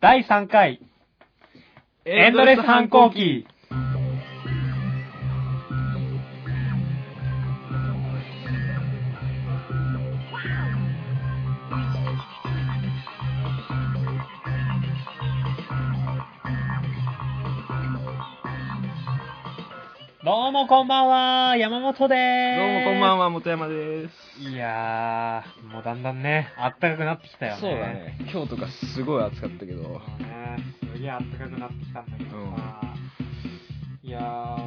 第3回、エンドレス反抗期。どうもこんばんは、山本でどうーす。もこんばんは。は、元山です。いやー、もうだんだんね、あったかくなってきたよね。そうだ。ね。今日とかすごい暑かったけど。ねすげえ暖かくなってきたんだけどさ、いやーあ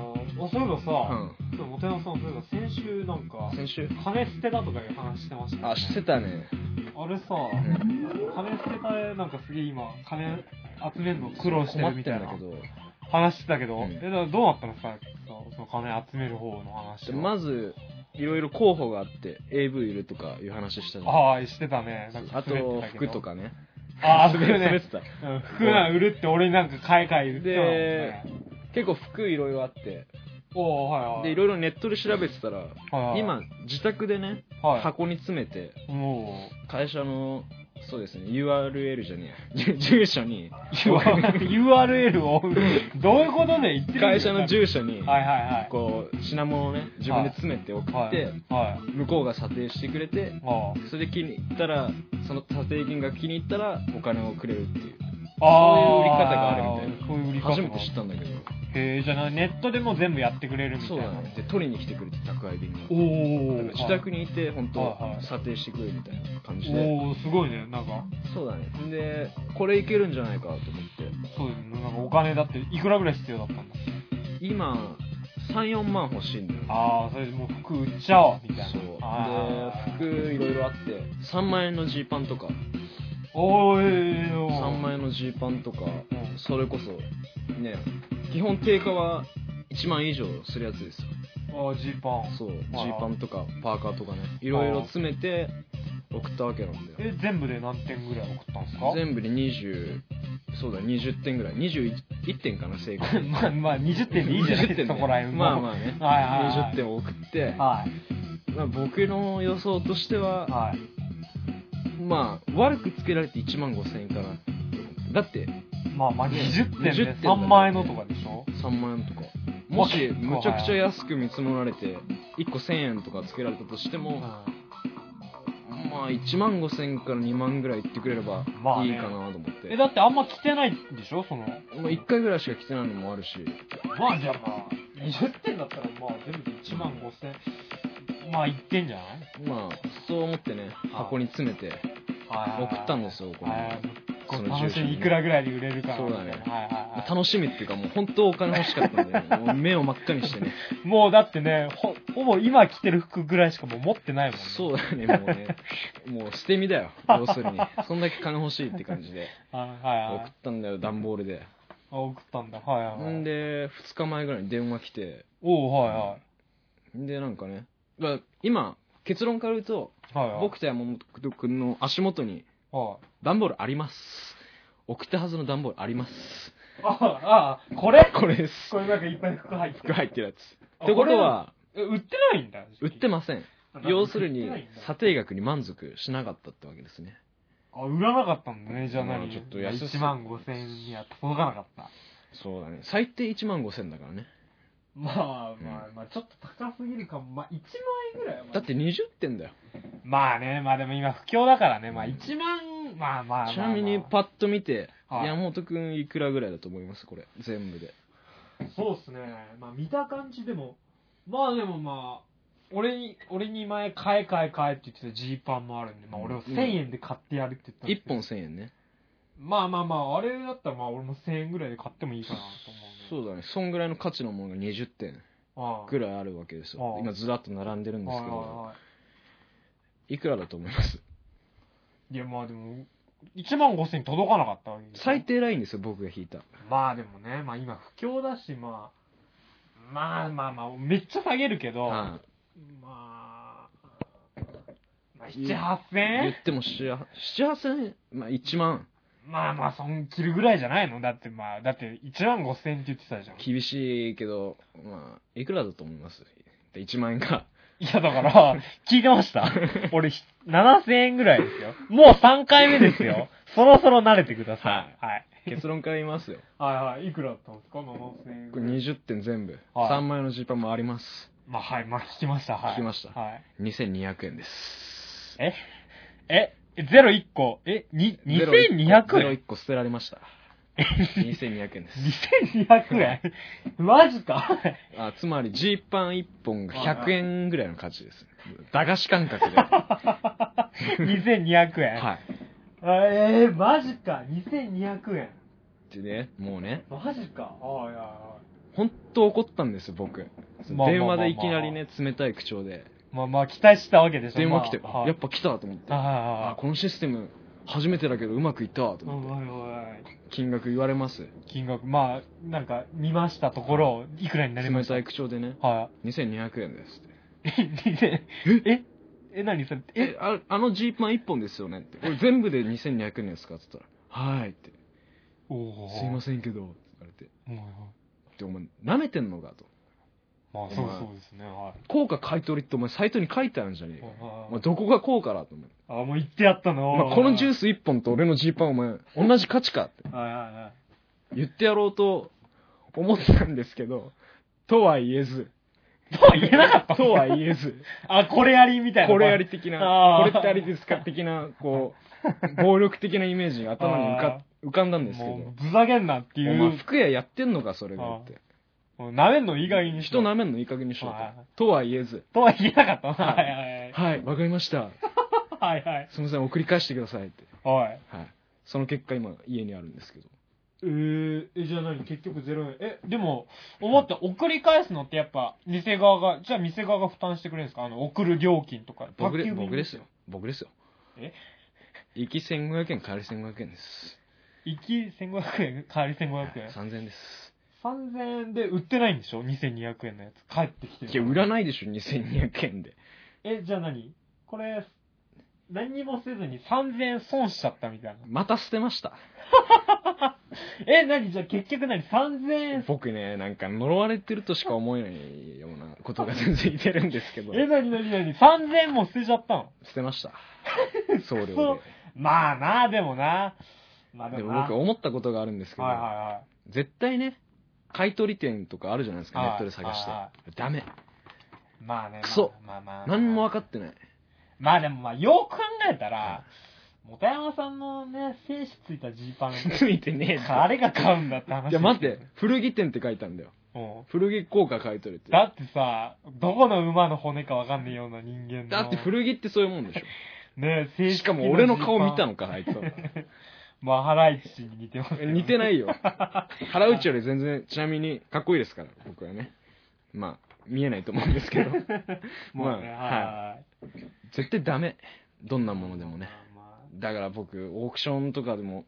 そういえばさ、うそうモテナさんそういえば先週なんかん。先週金捨てだとかいう話してましたよねあ、してたね。あれさ、うん金捨てたなんかすげえ今金集めるの苦労して困るっみてたんいだなけど。話してたけど、うんえだからどうなったのさその金集める方の話ではまず、いろいろ候補があって、AV いるとかいう話したじゃん。ああしてたねなんかあ集めてとた、けど服とかね。ああ服滑っねてた。うん服な売るって俺になんか買い替え言ってたもんね結構服いろいろあって。おおはいはいで、いろいろネットで調べてたら、はいはい今、自宅でね、はい箱に詰めて、 も会社の、そうですね、URL じゃねえや。住 所に、う、URL を、どういうことね、言ってる会社の住所に、はいはいはい。こう品物をね自分で詰めて送って、はい。はい。向こうが査定してくれてあそれで気に入ったらその査定金が気に入ったらお金をくれるっていうああーそういう売り方があ初るみめたいな。て知ったんだけどた。へえ、じゃあネットでも全部やってくれるみたそいうな。だねで取りに来てくれて宅配便おにー。自宅にいて本はいは当い査定してくれるみたいな感じでおー、すごいね。なんか、そうだねでこれいけるんじゃないかと思っそうですね。なんかお金だって、いくらぐらい必要だったんだて今34万欲しいんだよああ、それでもう服売っちゃおう、みたいな。あそうーで服いろいろあって3万円のジーパンとかおー、えー、おー3万円のジーパンとかんそれこそね基本定価は1万以上するやつですよあージーパン。そうジあーーパンとかパーカーとかねいろいろ詰めて送ったわけなんだよえ、全部で何点ぐらい送ったんですか全部で20そうだ20点ぐらい21点かな正解 まあまあ、20点でいいじゃないですか、そこら辺も。まあまあねはいはいはい20点送って、はい。まあ、僕の予想としてははい。まあ悪くつけられて1万5000円かなと思ってだってまあまあ、ね20点20で点だ3ね万円のとかでしょ3万円とかもしまあむちゃくちゃ安く見積もられて1個1000円とかつけられたとしてもまあ1万5000円から2万ぐらいいってくれればまあいねいかなと思って、え、だってあんま着てないんでしょその。まあ、1回ぐらいしか着てないのもあるしまあじゃあまあ、20点だったらまあ全部で1万5千。まあいってんじゃないまあそう思ってね箱に詰めてはい送ったんですよこれはいこそれの楽し住所みいにくらぐらいで売れるかなそうだねみたいなはいはいはい楽しみっていうかもう本当お金欲しかったんで、 もう目を真っ赤にしてねもうだってねほほぼ今着てる服ぐらいしかもう持ってないもんねそうだねもうねもう捨て身 だよ要するにそんだけ金欲しいって感じではいはいは送っいたんだよ段ボールであ送ったんだはいはいはいんで2日前ぐらいに電話来ておおはいはでなんかねだから今結論から言うといはいはい僕と山本君の足元にはい段ボールあります送ったはずの段ボールありますああ、これこれですこれなんかいっぱい服入って服る。入ってるやつあってことはえ売ってないんだ。売ってません要するに査さ定額に満足しなかったってわけですねあ、売らなかったんだね、じゃあまあ何ちょっと安す1万5千円には届かなかった。そうだね最低1万5000だからねまあまあまあ、ちょっと高すぎるかも。まあ1万円ぐらいはまあだって20点だよまあね、まあでも今不況だからね、まあ1万、まあまあまあまあ。ちなみにパッと見てはい山本君いくらぐらいだと思いますこれ全部でそうっすね。まあ見た感じでも、まあでもまあ、俺に、俺に前、買え買え買えって言ってたジーパンもあるんで、まあ俺を1000円で買ってやるって言ったんです1けど本1000円ねまあまあまあ、あれだったらまあ俺も1000円ぐらいで買ってもいいかなと思うね。そうだねそんぐらいの価値のものが20点ああぐらいあるわけですよああ今ずらっと並んでるんですけはいはいどはいくらだと思いますい。いやまあでも、1万5000円届かなかったわけですよ 最低ラインですよ僕が引いたまあでもね、まあ今不況だし、まあ、まあまあまあ、めっちゃ下げるけど、はまあ、まあ7、8000い言円っても78000円まあ1万まあまあ、そん切るぐらいじゃないのだってまあ、だって1万5000円って言ってたじゃん。い厳しいけどまあいくらだと思いますで1万円 かやだ から、聞いてました俺、7000円ぐらいですよ。もう3回目ですよ。そろそろ慣れてください。はい。結論から言いますよ。はいはい。いくらだったんですか ?7000 円これぐらい。 20点全部。はい3枚のジーパンもあります。まあはい、まあ聞きました。はい。聞きましたはい。 2200円です。ええゼロ一個えに、ゼロ一個2200ゼロ円1個捨てられました。2200円です。 ?2200 円 マジか あつまりジーパン1本が100円ぐらいの価値です。駄菓子感覚で。 は ?2200 円。い。えー、マジか !2200 円。でね、もうね、マジかあいやは本当怒ったんですよ、僕。まあまあまあまあ電話でいきなりね、冷たい口調で。い。まあまあ、期待したわけでしょ。電話来て、まあはいやっぱ来たと思って。ああこのシステム、初めてだけどうまくいったわとあ、思って。おいおい金額言われます。金額、まあ、なんか、見ましたところ、いくらになりま冷したたい口調でね、は2200円ですって。い。えええ、何それええ、ああのジーパン1本ですよねって。これ全部で2200円ですかって言ったら、はいって。おすいませせんけど、って言われて。ん。はいで、お前、舐めてんのかと。はいまあ、そうそうですね、は効果買い取りってお前サイトに書いてあるんじゃねえいか。はいお前どこが効果だと思う。あ、もう言ってやったの。お前このジュース。ス1本と俺のジーパンお前同じ価値かってはいはいはい。言ってやろうと思ってたんですけど、とは言え ず、とは言えなかったとは言えず、あ、これやりみたいな。これやり的な、あこーれってありですか的な、こ う、暴力的なイメージが頭に浮か浮かんだんですけど。もう、ぶざけんなっていおう。前、服屋やってんのか、それでって。もう舐めんの以外にし人ろ舐めんのいい加減にしろとはい。とは言えず、とは言えなかったな。ははいいはい、わかりました。はい。はいはい。すみません、送り返してくださいって。おい。はい。その結果、今、家にあるんですけど。えー、え、じゃあ何結局ゼロ円。え、でも、思った、送り返すのってやっぱ、店側が、じゃあ店側が負担してくれるんですかあの、送る料金とか。僕で宅急便僕ですよ。。僕ですよ。え行き1500円、帰り1500円です。行き1500円、帰りはい1500円。 3000円です。 3000円で売ってないんでしょ ?2200 円のやつ。帰ってきてる。いや、売らないでしょ、2200円で。え、じゃあ何これ、何にもせずに3000円損しちゃったみたいな。また捨てました。え、何じゃあ結局何 ?3000 円。僕ね、なんか呪われてるとしか思えないようなことが全然いてるんですけど、え、何何何 ?3000 円も捨てちゃったの捨てま した。送料で。そうまあな、でもな。まあででももな。僕思ったことがあるんですけど、はいはいはい。絶対ね、買い取り店とかあるじゃないですか、はネいットで探しては。ダメ。まあね。クソまあまあまあ。何も分かかってない。まあでもまあ、よく考えたら、元山さんのね、精子ついたジー パン、ついてねえな誰が買うんだって話。いや、待って、古着店って書いたんだよ。うん。古着効果買い取りって。だってさ、どこの馬の骨かわかんないような人間の。だって古着ってそういうもんでしね、ょ。精子しかも俺の顔見たのか、あいつは。まあ、ハライチに似てますけど似てないよ。腹打ちより全然、ちなみにかっこいいですから、僕はね。まあ、見えないと思うんですけど。 もうね、まはあいはい。絶対ダメ。どんなものでもね。まあだから僕、オークションとかでも、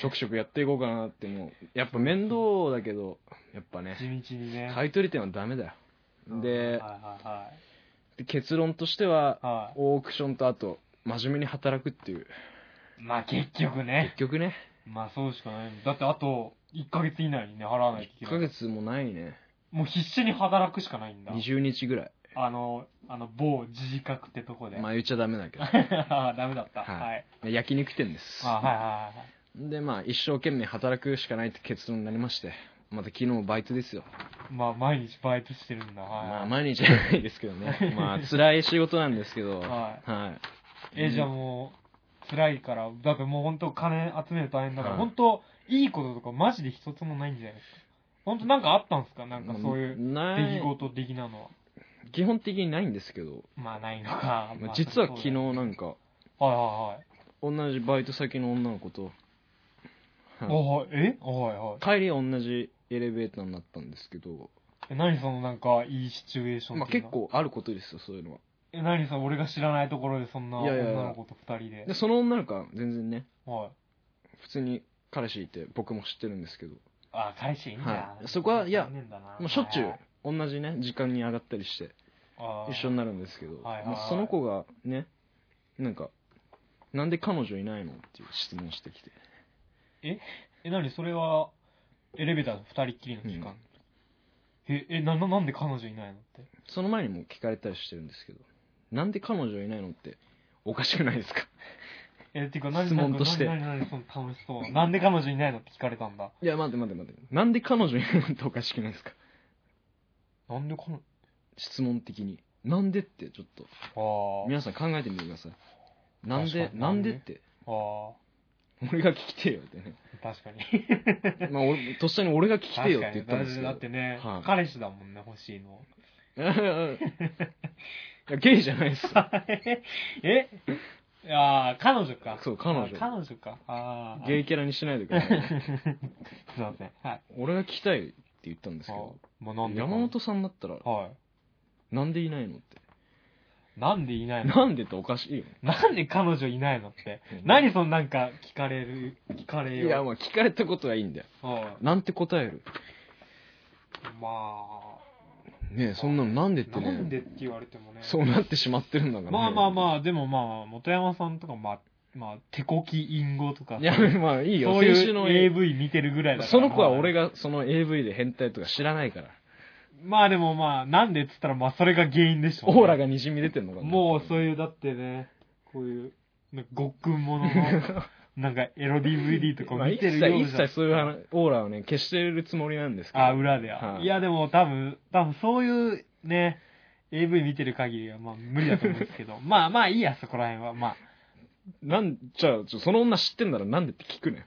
ちょくちょくやっていこうかなって、もう、やっぱ面倒だけど、やっぱまあ地ね、道にね。買い取り店はダメだよ。はいで、はいはいで結論としては、はい。オークションとあと、真面目に働くっていう。まあ、結局ね結。局ね、まあ、そうしかない。だって、あと、1ヶ月以内にね、払わないといけ1なヶい。月もないね。もう必死に働くしかないんだ。 20日ぐらい。あの、あの、某自治覚ってとこで。まあ言っちゃダメだけど。 あ、ダメだった。はいはい。焼肉店です。あ、はいはいはい。で、まあ一生懸命働くしかないって結論になりまして、また昨日もバイトですよ。まあ、毎日バイトしてるんだ。まあはい。毎日じゃないですけ どね。まあ辛い仕事なんですけど、。はいはい。え、じゃあもう、辛いから、だってもう本当金集める大変だから、はい本当いいこととかマジで一つもないんじゃないですか。本当なんかあったんですかなんかそういうまあない出来事的なのは。基本的にないんですけど、まあ、ないの か。ままああ実は昨日はいなんか、はいはい。同じバイト先の女の子と、はいおはい、えおはいはい。帰りは同じエレベーターになったんですけど、え、何そのなんか、いいシチュエーションまあ的な結。構あることですよ、そういうのは。え、何その俺が知らないところでそんないやいやいや女の子と二人でで、。その女の子は全然ね、はい。普通に彼氏いて、僕も知ってるんですけど、あ、彼氏いいんだ。はいそこはいや残念だなまあ、しょっちゅう同じね時間に上がったりして一緒にななるんですけはど、いはいはいまあ、その子がねなんか「なんで彼女いないの?」っていう質問してきてえ、なにそれは、エレベーターで二人っきりの時間。え、え、な、ななんで彼女いないのって。その前にも聞かれたりしてるんですけど「なんで彼女いないの?」っておかしくないですかえ、っていうか何、質問として何、何、何、その楽しそう。なんで彼女い ないのって聞かれたんだ。いや、待って待って待って。なんで彼女いるのっておかしくないですかなんで彼女、質問的に。なんでって、ちょっと。あ皆さん考えてみてください。なんで確、かになんでって。あ、あ俺が聞きてえよって ね。あ、確 かに。まあ、俺、とっさに俺が聞きてえよって言ったんで確かすにけだど。ってね、はい彼氏だもんね、欲しい の。いや、ゲイじゃないっす。 えいやー彼女か。そう彼女あ彼女か。ああ。ゲイ気。キャラにしないでください。すいません。はい。俺が聞きたいって言ったんですけあど、もうなんで山本さんだったら、はなんでいないのって。い。なんでいないのなんでっておかしいよ。なんで彼女いないのって。何そのなんか聞かれる、聞かれいよう。や、まあ聞かれたことはいいんだよ。はいなんて答えるまねえ、そんなのなんでっあ、てなね。んでって言われてもね。そうなってしまってるんだから、ね。まあまああ。まあ、でもまあ、元山さんとか、まあ、まあ、手こき隠語とか、いや、まあいいよ。そう先い週のう AV 見てるぐらいだから。その子は俺が。がその AV で変態とか知らないから。まあでもまあ、なんでっつったら、まあそれが原因でしょうね、オーラがにじみ出てんのかな。もうそういう。いう、だってね、こういう、なんかごっくんもの の、なんかエロ DVD とまかあ、見一てるようじゃん切、一切そういう話オーラをね、消してるつもりなんですけど。あ、裏では。はいいや、でも多分、多分そういうね、AV 見てる限りは、まあ無理だと思うんですけ ど、まあまあいいや、そこら辺は。まあ。なん、じゃあ、ちょその女知ってんならなんでって聞くね。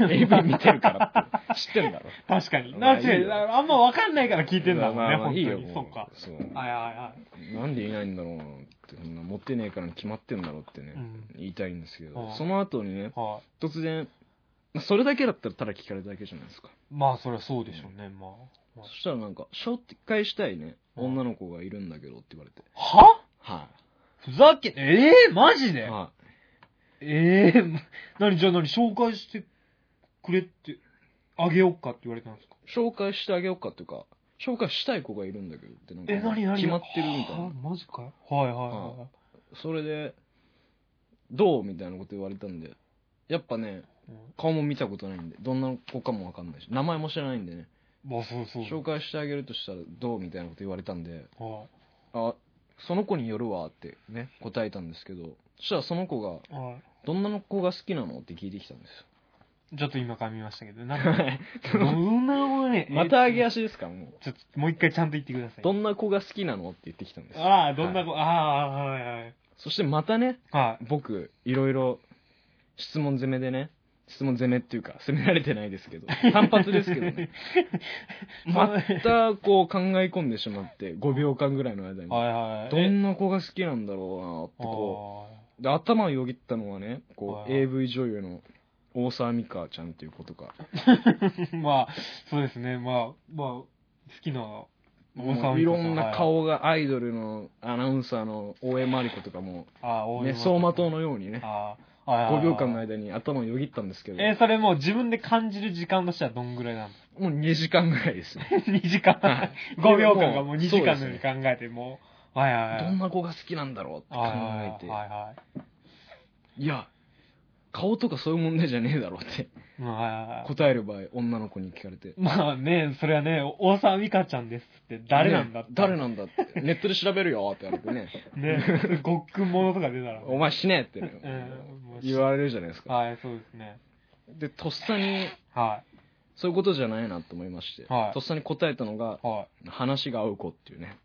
AV 見てるから って。知ってんだろ。確かに。まあ確かいいに。よあんま分かんないから聞いてんだもんね、まあまあ本当いいよに。。そもっか。そう。はいはいはい。なんでいないんだろうって、そんな持ってねえからに決まってんだろうってね、うん言いたいんですけどう、んその後にね、はい。突然、まあそれだけだったらただ聞かれただけじゃないですか。まあ、そりゃそうでしょうね、まあ。そしたらなんか、紹介したいね、うん女の子がいるんだけどって言われて。ははふざけ、ええマジい。ではええ 何、じゃあ何、紹介してくれって、あげよっかって言われたんですかい。紹介してあげようかっていうか、紹介したい子がいるんだけどってなんか、え、何何決まってるみたいはなあ。マジかよはいはいはそれで、どうみたいなこと言われたんで、やっぱね、い。顔も見たことないんで、どんな子かもわかんないし、名前も知らないんでね、まあ、そうそう。紹介してあげるとしたらどうみたいなこと言われたんで、はあ、その子によるわってね、答えたんですけど、そしたらその子が、い。はい。どんな子が好きなのって聞いてきたんですちょっと今噛みましたけど、なんよ。か、どんなもんね またえ上げ足ですか、もちょっと、もう一回ちゃんと言ってくださう。い。 どんな子が好きなのって言ってきたんですよ。ああ、どんな子、ああ、はいはい。そしてまたね、はい。僕、いろいろ質問攻めでね、質問攻めっていうか、攻められてないですけど、単発ですけどね。 またこう考え込んでしまって、5秒間ぐらいの間に。はいはい。どんな子が好きなんだろうなってこう。で、頭をよぎったのはね、こう、はいはい AV 女優の大沢美香ちゃんっていう子とか。あーまあ、そうですね。まあ、まあ、好きな、大沢美香さもういろんな顔がアイドルのアナウンサーの大江真理子とかも、ああ、大ね、山走馬灯のようにね、ああ、はいはいは5い秒間の間に頭をよぎったんですけど、えーそれもう自分で感じる時間としてはどん ぐらいなのもう2時間ぐらいで すね。 ?2 時間 はい。 5秒間がもうで2時間のように考えて、もう、はいはいはい。どんな子が好きなんだろうって考はいはいえて、はいはい。いや、顔とかそういう問題じゃねえだろうってうんはいはいはい答える場合、女の子に聞かれて。まあね、それはね、大沢美香ちゃんですって、誰なんだっねて。誰ねなんだって。ネットで調べるよって言われて ね、ごっくんものとか出たら。お前死ねってね、うんもう言われるじゃないですか。はい、そうですね。で、とっさに、はそういうことじゃないなと思いまして、はいとっさに答えたのがい。、は話が合う子ってい うね。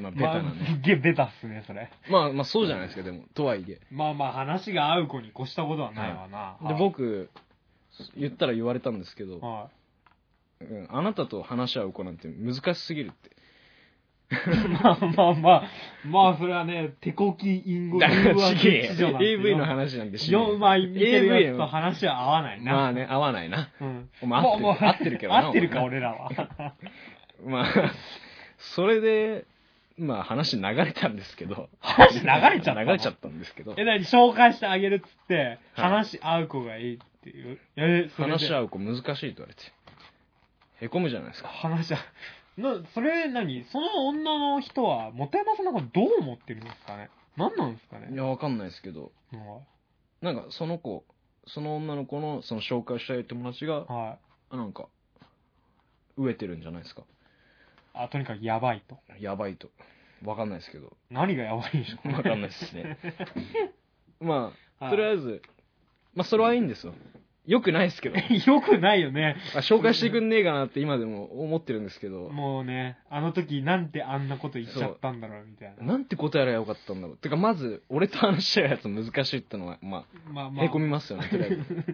まあ、い。ベタまなあ、すね。っげえベタっすね、それ。まあ、まあ、そうじゃないですか、でも、とはいえ。で、まあまあ、話が合う子に越したことはないわな。はい、僕、言ったら言われたんですけど、はうんあなたと話し合う子なんて難しすぎるって。い。まあまあまあ、まあ、それはね、手こき隠語だから融和ちげえ 劇場なんていう AV の話なんでし4枚見てるやつと AV の話は合わないな。まあね、合わないな。うん。お前合ってもるうもう合ってるけどな 合ってるか、お前俺らは。まあ、それで、まあ話流れたんですけど。話流れちゃったの流れちゃったんですけどえ、。なに、紹介してあげるっつって、はい話合う子がいいっていう。え、それで話し合う子難しいと言われて。へこむじゃないですか。話し合う。な、それ何その女の人は、元山さんのことどう思ってるんですかね何なんですかいねや、わかんないですけど、うんなんかその子、その女の子のその紹介したい友達が、はい。なんか、飢えてるんじゃないですか。あ、とにかくやばいと。やばいと。わかんないですけど。何がやばいんでしょう わかんないですね。まあ、はいとりあえず、まあ、それはいいんですよ。よくないですけど。 よくないよね。あ紹介してくんねえかなって今でも思ってるんですけど、もうね、あの時なんてあんなこと言っちゃったんだろうみたいな。なんて答えらよかったんだろう。てか、まず、俺と話し合うやつ難しいってのは、ままああ、まへこみあ、ますよね、とりあえず。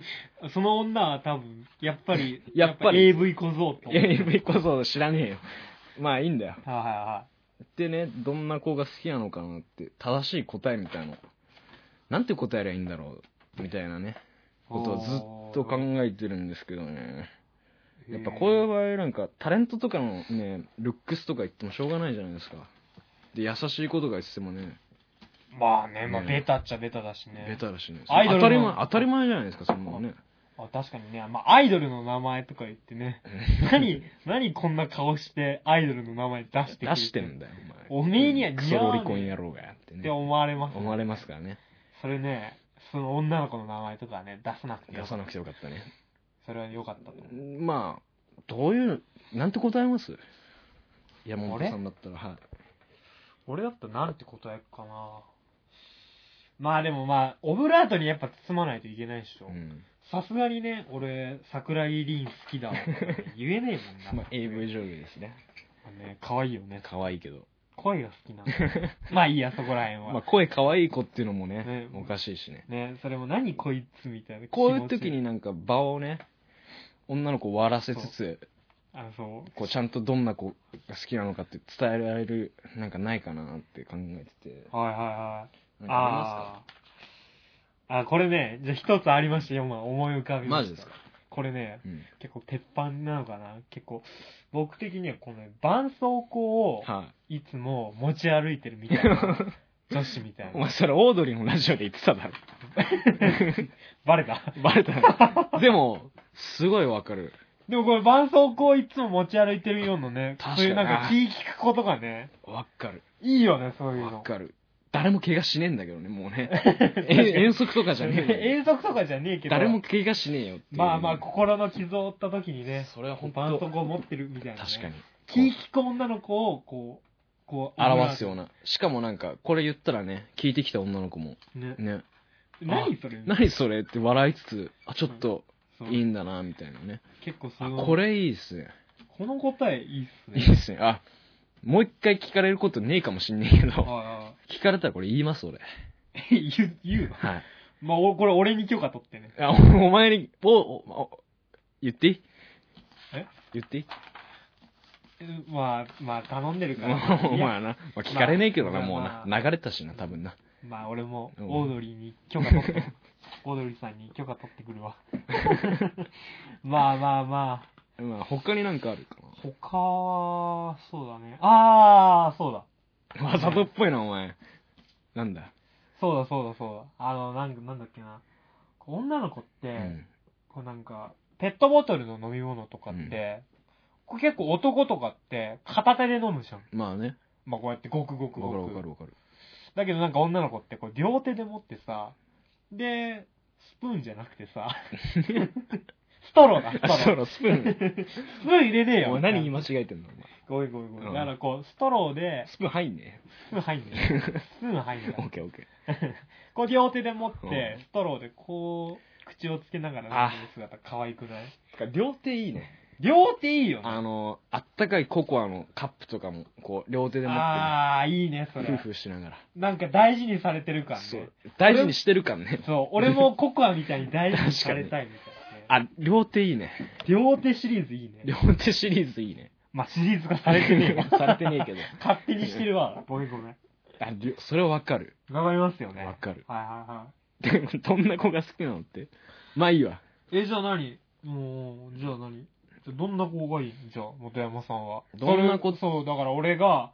その女は多分、やっぱり、やっぱり AV 小僧と。いや、エビこそ知らねえよ。まあ、いいんだよ。はいはいはでね、どんな子が好きなのかなって、正しい答えみたいな。なんて答えりゃいいんだろう、みたいなね、い。ことをずっと考ええてるんですけどね。やっぱこういう場合なんか、タレントとかのね、ルックスとか言ってもしょうがないじゃないですか。で、優しいことが言ってもね、まあね、まあねベタっちゃベタだしね。ベタだしね。アイドル当たりの前、当たり前じゃないですか、そんなのね。あ確かにね、まあアイドルの名前とか言ってね、何、何こんな顔してアイドルの名前出してくる出してんだよ、おお前。めえにはうん似合わねえクソロリコン野郎がってってね。思われます。思われますからね。それね、その女の子の名前とかはね、出さなくて出よさなくてよかったね。それは良かったと思う。まあ、どういう、なんて答えます山本さんだったら、はい。俺だったらなんて答えるかなまあでもまあ、オブラートにやっぱ包まないといけないでしょう。ん。さすがにね、俺、桜木凛好きだわとかね言えねえもんな。 まあ、AV 上下ですね。ね、可愛いよね。可愛いけど。声が好きなの。 まあいいや、そこら辺は。まあ、声可愛い子っていうのもねね、おかしいしね。ね、それも何こいつみたいな。こういう時気持ちいいになんか場をね、女の子を笑わせつつ、あそうこうちゃんとどんな子が好きなのかって伝えられる、なんかないかなって考えてて。はいはいはい。なんかあああー。あ、これね、じゃあ一つありましたよ、今思い浮かりびまました。すかマジですかこれね、うん。結構鉄板なのかな結構、僕的にはこのね、絆創膏をはいつも持ち歩いてるみたい な。女子みたいい。おな。前それオードリーのラジオで言ってただ ろ。バレたバレたなでも、すごいわかる。でもこれ絆創膏をいつも持ち歩いてるようなね、確かにそういうなんか気ぃ利くことがね、わかる。いいよね、そういうわの。かる。誰も怪我しねえんだけどね、もうね。 え遠足とかじゃねえよ 永続とかじゃねえけど。誰も怪我しねえよっていうまあまあ、心の傷を負った時にね、それは本バント当コを持ってるみたいな、ね。確かに。気ぃ利く女の子を、こう、こう、表すような。しかもなんか、これ言ったらね、聞いてきた女の子も、ね。ね、何それ何それって笑いつつ、あ、ちょっとそういいんだな、みたいなね。結構そあ、の、これいいっすね。この答えいいっすいねい。っすね。あ、もう一回聞かれることねえかもしんねえけど、ああ聞かれたらこれ言います、俺。言う、言うのはい。まあ、おこれ俺に許可取ってね。あ、おお前に、お、お、お言っていいえ言っていいうんまあ、まあ、頼んでるかまら。 あいやまあな、まあ、聞かれねえけどな、まあもうまあな。流れたしな、多分な。まあ、俺も、うんオードリーに許可取って、オードリーさんに許可取ってく るわ。まあまあまあ、まあ、他になんかあるか他は、そうだね。ああ、そうだ。な。わざとっぽいな、お前。なんだ。そうだそうだそうだ。あの、なんかなんだっけな。こう女の子って、うん。こうなんか、ペットボトルの飲み物とかって、こう結構男とかって片手で飲むじゃん。まあね。まあこうやってごくごくわごかるわく。かるわかる。だけどなんか女の子ってこう両手で持ってさ、で、スプーンじゃなくてさ、 ストローだ、ストあ、そロー。ろ、スプースプーン入れねえン。およ。前何言い間違えてんの、お前。ごめんごめんごめん。うんだからこう、ストローで、スプーン入んねスプーン入んねえ。スプーン入んえねよ。オッケーオッケえ。こう両手で持っうて、ストローでこう、口をつけながら飲んでる姿可愛くないー。両手いいね。両手いいよね。あの、あったかいココアのカップとかも、こう、両手で持ってああ、いいね、そね、れ夫。婦しながら。なんか大事にされてる感ね。そそうう。。大事にしてる感ね。俺もココアみたいに大事にされたいみたいな、ね。あ、両手いいね。両手シリーズいいね。両手シリーズいいね。まあ、シリーズ化されて ねえわ。されてねえけど。勝手にしてるわ。ごめんごめん。あ、りょそれはわかる。わかりますよね。わかる。はいはいはでも、どんな子が好きなのって。まあいいわ。い。え、じゃあ何もう、じゃあ何じゃあどんな子がいいじゃあ、元山さんは。どんな子それそう、だから俺が、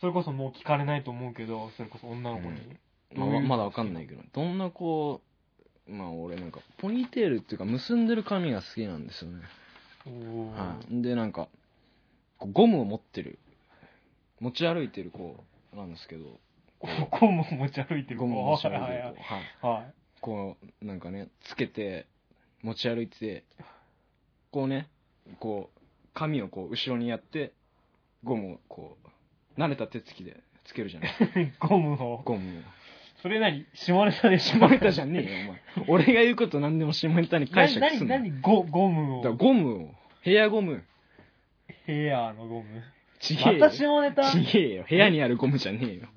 それこそもう聞かれないと思うけど、それこそ女の子に。まどあ、ういうまだわかんないけど。どんな子、まあ俺なんか、ポニーテールっていうか、結んでる髪が好きなんですよね。おーはい。で、なんか、こうゴムを持ってる、持ち歩いてる子なんですけど、こうここも持ち歩いてるゴムを持ち歩いてる子。はい。子。はい。こう、なんかね、つけて、持ち歩いて、こうね、こう、髪をこう、後ろにやって、 ゴムをこう、慣れた手つきでつけるじゃないゴムを。ゴムを。それ何下ネタでしょ下ネタじゃねえよ、お前。俺が言うこと何でも下ネタに解釈すんな。何、何、ゴゴムだからを。ゴムを、ヘアゴム。ヘアのゴム。ちげえよ。私もネタちげえよ。部屋にあるゴムじゃねえよ。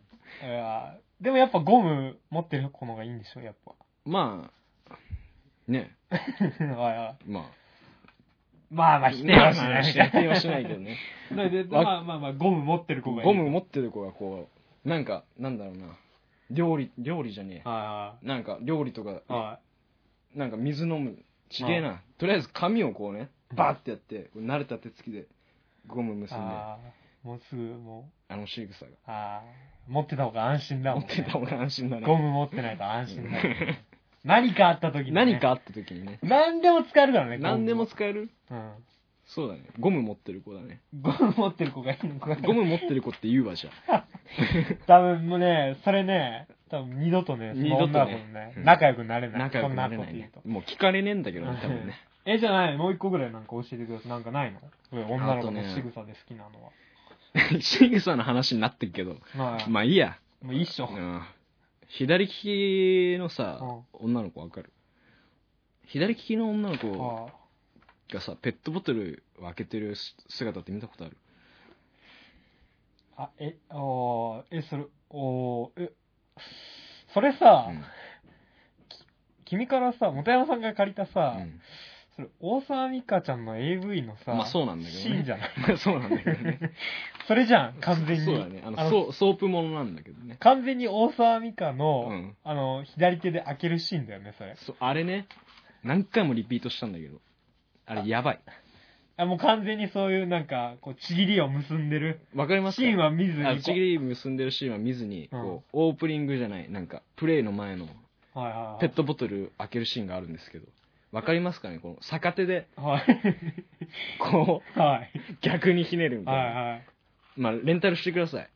いやでもやっぱゴム持ってる子の方がいいんでしょやっぱ。まあ、ね、はいはいまあ。 まあまあ否定はしない。否定はしないけどね。 ででわまあまあまあ、ゴム持ってる子がいい。ゴム持ってる子がこう、なんか、なんだろうな。料理、料理じゃねはえ。なんか、料理とかいはい。はなんか水飲む。ちげえな。とりあえず紙をこうね、バーってやって、慣れた手つきでゴムい。結んで、あああ、もうすぐ、もの仕草がう、。ああ、持ってた方が安心だも持ん、っね。てた方が安心だゴね。ム持ってないと安心だもん ね。何かあった時に、ね。何かあった時にね。何でも使えるからね、ゴム何でも使えるうん。そうだね。ゴム持ってる子 だね。ゴム持ってる子がいいのかゴム持ってる子って言うわ、じゃあ。多分もうね、それね、多分二度とね、その女の子と二度とねね、仲良くなれない。仲良くなれそんなこないと言うねと。。もう聞かれねえんだけどね、多 分ね。え、じゃない、もう一個ぐらいなんか教えてください。なんかないの女の子の仕草で好きなのは。仕草の話になってるけど。まあ、まあいいや。もう一緒。うん左利きのさ、女の子わかる左利きの女の子ああがさペットボトルを開けてる姿って見たことあるあ、え、おーえ、それ、おーえ、それさ、うん君からさ、本山さんが借りたさ、うんそれ、大沢美香ちゃんの AV のさ、まあそうなんだけどねシーンじゃ ない。そうなんだけどねそれじゃん、 完全に。そうだねあのあのソソープものなんだけどね完全に大沢美香の、うんあの、左手で開けるシーンだよね、それ。そあれね何回もリピートしたんだけどあれやばいあ、もう完全にそういうなんか、こう、ちぎりを結んでる。わかりますかシーンは見ずにあのちぎり。り結んでるシーンは見ずに、こうオープニングじゃないなんかプレイの前のはいはいはい。ペットボトル開けるシーンがあるんですけどわかりますかねこの逆手ではい。こうはい。逆にひねるみたいな、はいはい。まあ、レンタルしてください。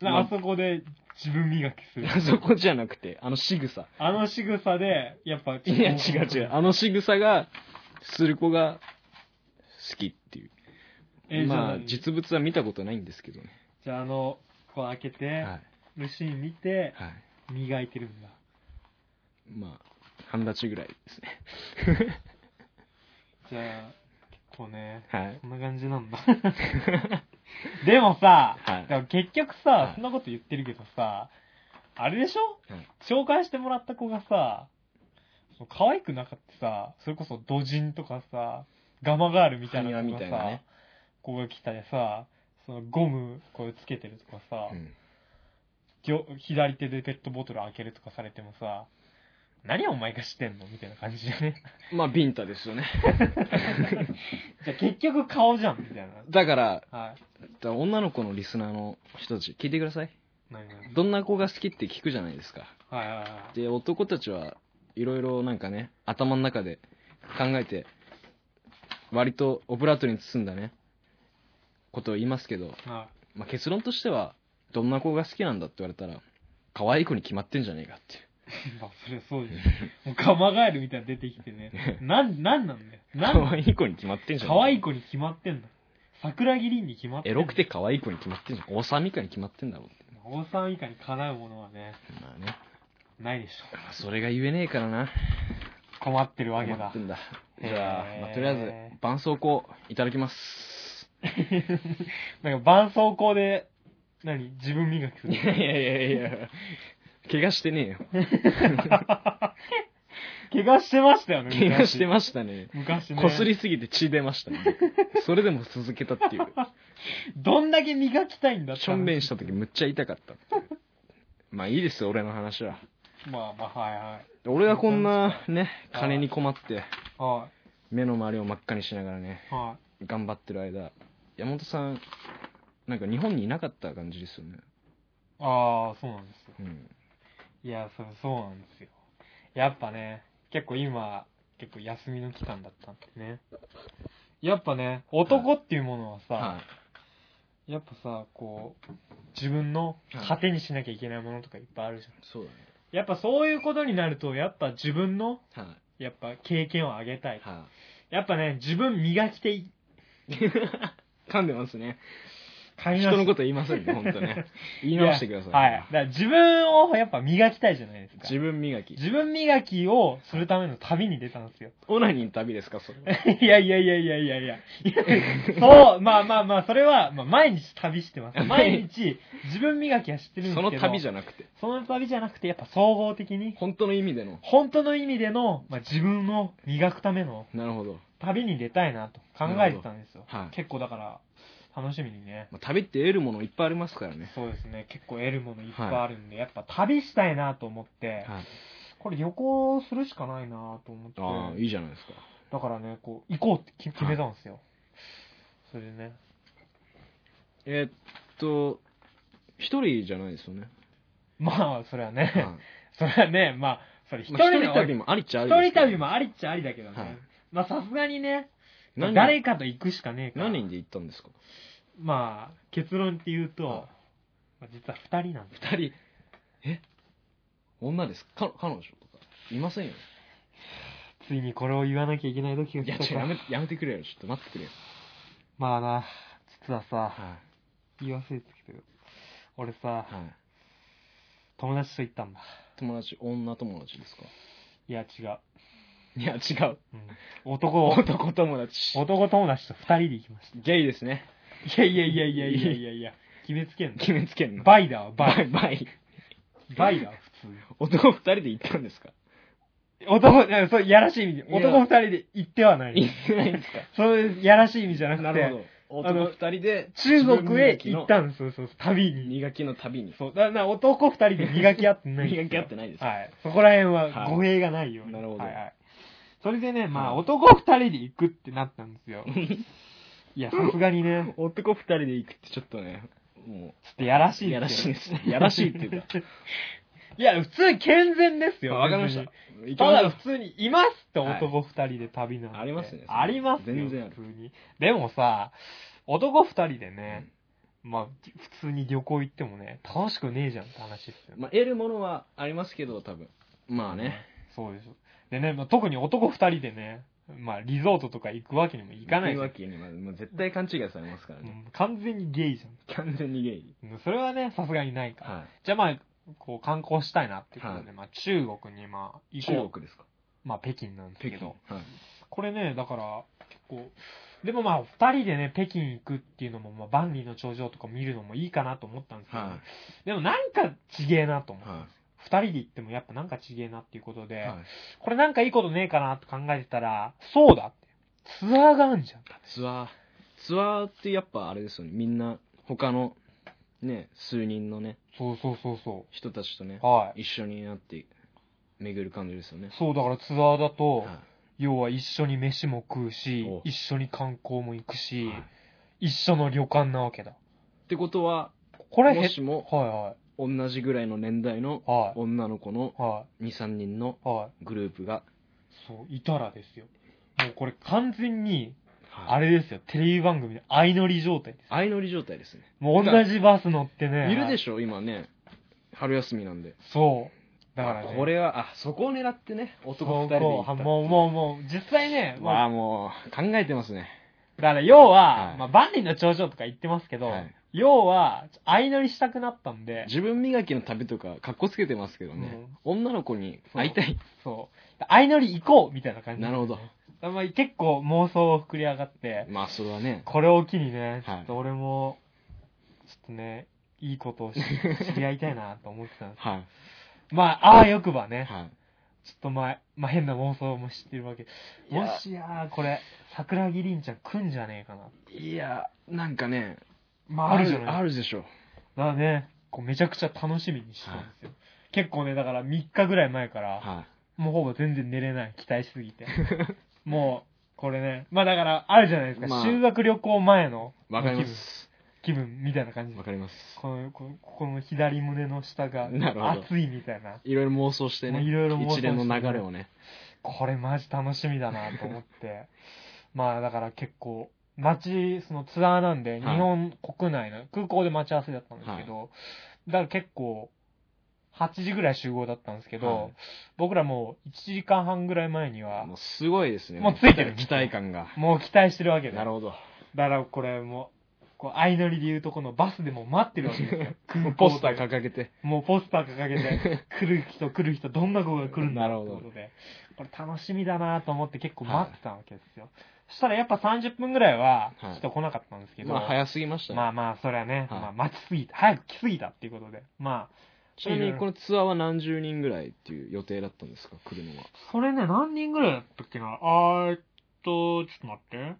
まああそこで自分磨きする。そこじゃなくて、あの仕草。あの仕草で、やっぱ、いや、違う違う。。あの仕草が、する子が、好きっていう。えーまあ、じゃ実物は見たことないんですけどね。じゃあ、あの、こう開けはてい。、るシーン見て、はい。磨いてるんだ。まあ、半立ちぐらいですね。 じゃあ、結構ね、はい。こんな感じなんだ。 でもさ、はいでも結局はさい、そんなこと言ってるけどさ、あれでしょはい紹介してもらった子がさ、その可愛くなかったさ、それこそドジンとかさ、ガマガールみたいな子埴輪みがたさ、いなね子が来たでさ、そのゴムこうつけてるとかさ、うんぎょ左手でペットボトル開けるとかされてもさ、何お前がしてんのみたいな感じだ ね。まあ、ビンタですよね。じゃあ結局顔じゃんみたいだから、な。はい。女の子のリスナーの人たち、聞いてください。何々どんな子が好きって聞くじゃないですか。はいはいはい。で男たちはいろいろなんかね頭の中で考えて割とオブラートに包んだねことを言いますけど、はまあ、結論としてはどんな子が好きなんだって言われたら可愛い子に決まってんじゃねえかっていうい。まあ、それそうです。 もうガマガエルみたいなの出てきてね。なん、なんなんだよ。なん可愛い子に決まってんじゃねえ可愛い子に決まってんだ。桜木凛に決まってエんだロくて可愛い子に決まってんじゃん王様以下に決まってんだろうって王さん以下にかなうものはね、まあねないでしょ。それが言えねえからな困ってるわけ困だって。んだへじーゃあ、まあとりあえず絆創膏いただきますなんか絆創膏で、何自分磨きす いる。やいやいやいや怪我してねえよ怪我してましたよね、怪我してましたね。昔ね。こすりすぎて血出ましたね。それでも続けた っていう。どんだけ磨きたいんだってしょんべんした時むっちゃ痛かったっていうまあいいですよ、俺の話は。まあまあ、はいはい。俺がこんなね、金に困って、は目の周りを真っ赤にしながらね、い。は頑張ってる間、山本さん、なんか日本にいなかった感じですよい。ね。ああ、そうなんですよ。うん。いや、それそうなんですよ。やっぱね、結構今、結構休みの期間だったんでね。やっぱね、男っていうものはさ、はやっぱさ、こう、自分の糧にしなきゃいけないものとかいっぱいあるじゃん。い。そうだね。やっぱそういうことになると、やっぱ自分の、はやっぱ経験を上げたい。い。はやっぱね、自分磨きてい、い。噛んでますね。買い人ましたのことは言いませんね、本当 ね。言い直してください。はい。だから自分をやっぱ磨きたいじゃないですか。自分磨き。自分磨きをするための旅に出たんですよ。オナニーの旅ですか、 それは。 いやいやいやいやいやいや。そう、まあまあまあ、それは、まあ、毎日旅して ます。毎日、自分磨きは知ってるんですそけど。の旅じゃゃなくて、その旅じゃなくて、やっぱ総合的に、本当の意味での。本当の意味での、まあ、自分を磨くためのなるほど。旅に出たいなと考えてたんですよ。なるほどはい結構だから、楽しみにね。まあ、旅って得るものいっぱいありますからね。そうですね。結構得るものいっぱいあるんで、やっぱ旅したいなと思って、はい。これ旅行するしかないなと思って。ああ、いいじゃないですか。だからね、こう、行こうってき決めたんですよ。それでね。えーっと、一人じゃないです よね。まあ、それははいね、それはね、まあ、それ一まあ人一で人旅もありっちゃあ一りです人けど旅もありっちゃありだけどね。はいまあ、さすがにね、何誰かと行くしかねえから。何人で行ったんですかまあ、結論って言うと、はまあ実は二人なんです。二人え女ですか彼彼女とかいませんよついにこれを言わなきゃいけない時がいや来たちょやか。めやめてくれよちょっと待ってくれよまあな、実はさ、は言い忘れてきたけど、俺さい、はい友達と行ったんだ。友達女友達ですかいや、違う。いや違ううん、男を、男友達男友達と二人で行きました。ゲイですねいやいやいやいやいやいやいや、決めつけんの。決めつけんのバイだわ、ババイ。イバイバイだわ、普男二人で行ったんですか通。男、いやそう、やらしい意味で、いや男二人で行ってはない。行ってないんですかそういう、やらしい意味じゃななくるて、ほどあの男二人で中国へ行ったたんです、そうそうそう、旅に。磨きの旅にそう、だから男二人で磨き合ってない。磨き合ってないですかはい。そこら辺はは、い語弊がないように。なるほどはいはい。それでね、まあ、はい男二人で行くってなったんです よ。いや、さすがにね、男二人で行くってちょっとねもちょっとやらしいっうてやらしい ですねやらしいっていう かいや、普通に健全ですよ。わかりました。行きたましだょう普通にいますってはい男二人で旅なんて、ありますねありますよ全然ある普通にでもさ男二人でね、まあ普通に旅行行ってもね楽しくねえじゃんって話っすよねまあ、得るものはありますけど、多分。まあね。そうでしょでね、まあ、特に男二人でねまあリゾートとか行くわけにもいかないじゃんわけには、まあ、絶対勘違いされますからうね。ん完全にゲイじ完全にゲイ。ゃんそれはねさすがにないから、はじゃあまあこう観光したいなっていうことで、はまあ、中国にまあい。行こう国ですかまあ北京なんですけどはい。これね、だから、結構、でもまあ、二人でね、北京行くっていうのも、まあ、万里の長城とか見るのもいいかなと思ったんですけど、はでもなんかちげえなと思う。い。は二、人で行ってもやっぱなんかちげえなっていうことい。で、はいこれなんかいいことねえかなと考えてたら、そうだって。ツアーがあるじゃん。ツアー。ツアーってやっぱあれですよね。みんな、他の、ね、数人のね、そうそうそうそ人たちとねう。、はい。一緒になって巡る感じですよね。そう、だからツアーだと、は要は一緒に飯も食うしお、一緒に観光も行くいし、はいっ一緒の旅館なわけだ。てことは、これへもしもは同じぐらいの年代のいはい。はい。女の子のは2、3人のい。はい。グループが、そう、いたらですよ。もうこれ完全に、はあいれですよ、テレビ番組で相乗り状態です。相乗り状態ですね。もう同じバス乗ってね。いるでょしょ、今ね。春休みなんで。そう。だからね。これは、あ、そこを狙ってね、男二人で行ったそうもう、もう、もう、実際ね、もうわあ、もう、考えてますね。だから要は、はいまあ、万里の長城とか言ってますけど、はい要は、相乗りしたくなったんで、自分磨きの旅とか、かっこつけてますけどね。女の子に会いたい。そう。相乗り行こうみたいな感じ。なるほど。あんまり結構妄想を膨れ上がって、まあ、それはね。これを機にね、ちょはいっと俺も、ちょっとね、いいことをし知り合いたいなと思ってたんですはまあ、ああよくばい。ね、はい。ちょっと前、まあ変な妄想も知ってるわけ。いやもしやー、これ、桜木凛ちゃん来んじゃねえかな。いや、なんかね、まああるじゃないあるでしょ。だからね、こうめちゃくちゃ楽しみにしてたんですよ。結構ね、だから3日ぐらい前から、はもうほぼ全然寝れない、期待しすぎ て。もう、これね、まあだから、あるじゃないですか、まあ修学旅行前のい。わかります。気分みたいな感じでわかります。この、このここの左胸の下がなるほど熱いみたいな。いろいろ妄想してね。いろいろ妄想して一連の流れをね。これマジ楽しみだなと思って。 まあだから結構、街、そのツアーなんで、日はい本国内の、空港で待ち合わせだったんですけど、だから結構、8時ぐらい集合だったんですけど、はい僕らもう1時間半ぐらい前にはも、うすごいですね。もうついてる期待感が。もう期待してるわけで。なるだかほど。らこれもう、こう相乗りで言うとこのバスでも待ってるわけですよ 空港でポスター掲げて。もうポスター掲げて来る人来る人どんな子が来るんだなるろほうどということでこれ楽しみだなと思って結構待ってたわけですよ、そしたらやっぱ30分ぐらいははい人来なかったんですけど、まあ、早すぎましたね。まあまあそれはね、はいまあ、待ちすぎた早く来すぎたっていうことでまあちなみに、このツアーは何十人ぐらいっていう予定だったんですか、来るのは。それね何人ぐらいだったっけなあーっとちょっと待って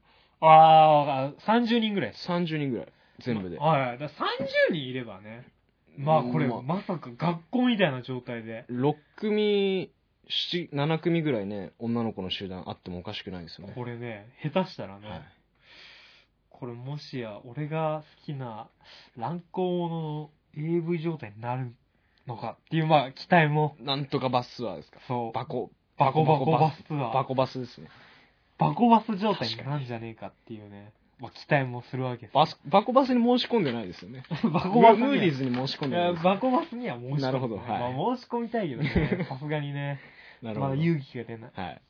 あーあ30人ぐらいです30人ぐらい、全部で。はいはいだから30人いればねまあこれまあまさか学校みたいな状態で6組、7 7組ぐらいね、女の子の集団あってもおかしくないですよね。これね下手したらね、はいこれもしや俺が好きな乱行の AV 状態になるのかっていうまあ期待もなんとかバスツアーですか。そうバコ、バコバコバスツアバーコバスですね。バコバス状態になるんじゃねえかっていうね、まあ、期待もするわけですバス、バコバスに申し込んでないですよね。バムコバスムーディーにズに申し込んでないはです。バコバスには申し込みなるほどはいまあ、申し込みたいけど ねさすがにねなるまほど。だ勇気が出ないはい。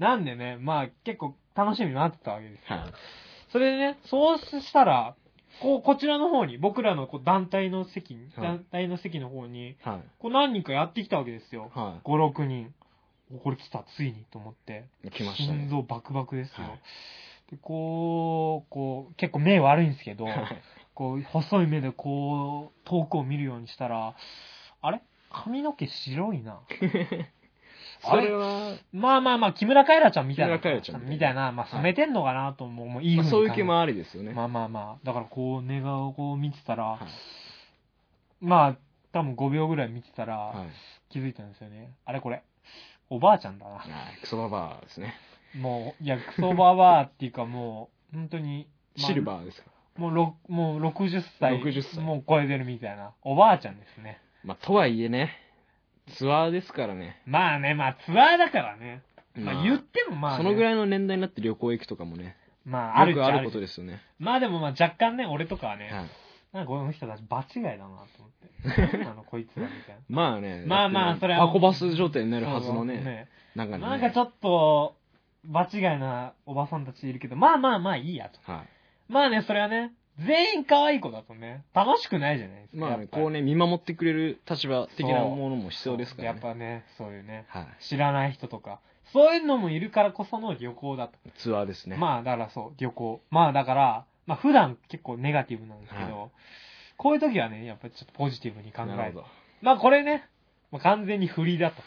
なんでねまあ結構楽しみになってたわけですはい。それでね、そうしたら、こう、こちらの方に、僕らのこう団体の席に、はい団体の席の方に、はい。こう何人かやってきたわけですよ。は5、6人。おこれ来た、ついに、と思って。い。来ました心ね。臓バクバクですよ。はいで、こう、こう、結構目悪いんですけど、はいこう、細い目でこう、遠くを見るようにしたら、あれ髪の毛白いな。それは、まあまあまあ、木村カエラちゃんみたいな。木村カエラちゃんみたいなみたいな、まあ染めてんのかなとも思う。いいま風あにそういう気もありですよね。まあまあまあ、だからこう、寝顔をこう見てたら、はいまあ、多分5秒ぐらい見てたら、はい。気づいたんですよね。あれこれ、おばあちゃんだな。はいクソババアですね。もう、いや、クソババアっていうかもう、本当に、まあシルバーですか。もうろ、もう60歳。 60歳もう超えてるみたいな。おばあちゃんですね。まあ、とはいえね、ツアーですからね。まあね、まあツアーだからね。ままああ言ってもまあ、ね、そのぐい。らいの年代になって旅行行くとかもね、まあ、あるよっちくゃあることでですよね。まあでもまあ若干ね、俺とかはね、はい。なんかこの人たち場違いだなと思 って。なんなのこいつらみたいな。まあね、まあまあだってそれはバコバス状態になるはずのね、なんかね。なんかちょっと、場違いなおばさんたちいるけど、まあまあまあいいやと。はまあね、それはね、全員可愛い子だとね、楽しくないじゃないですい。か。まあね、やっぱりこうね、見守ってくれる立場的なものも必要ですからやね。っぱね、そういうね、は知らない人とか、そういうのもいるからこその旅行だと。い。ツアーですね。まあだからそう、旅行。まあだから、まあ普段結構ネガティブなんですけど、こういう時はね、やっぱりちょっとポジティブに考なえるるほ。ど。まあこれね、まあ、完全に振りだと。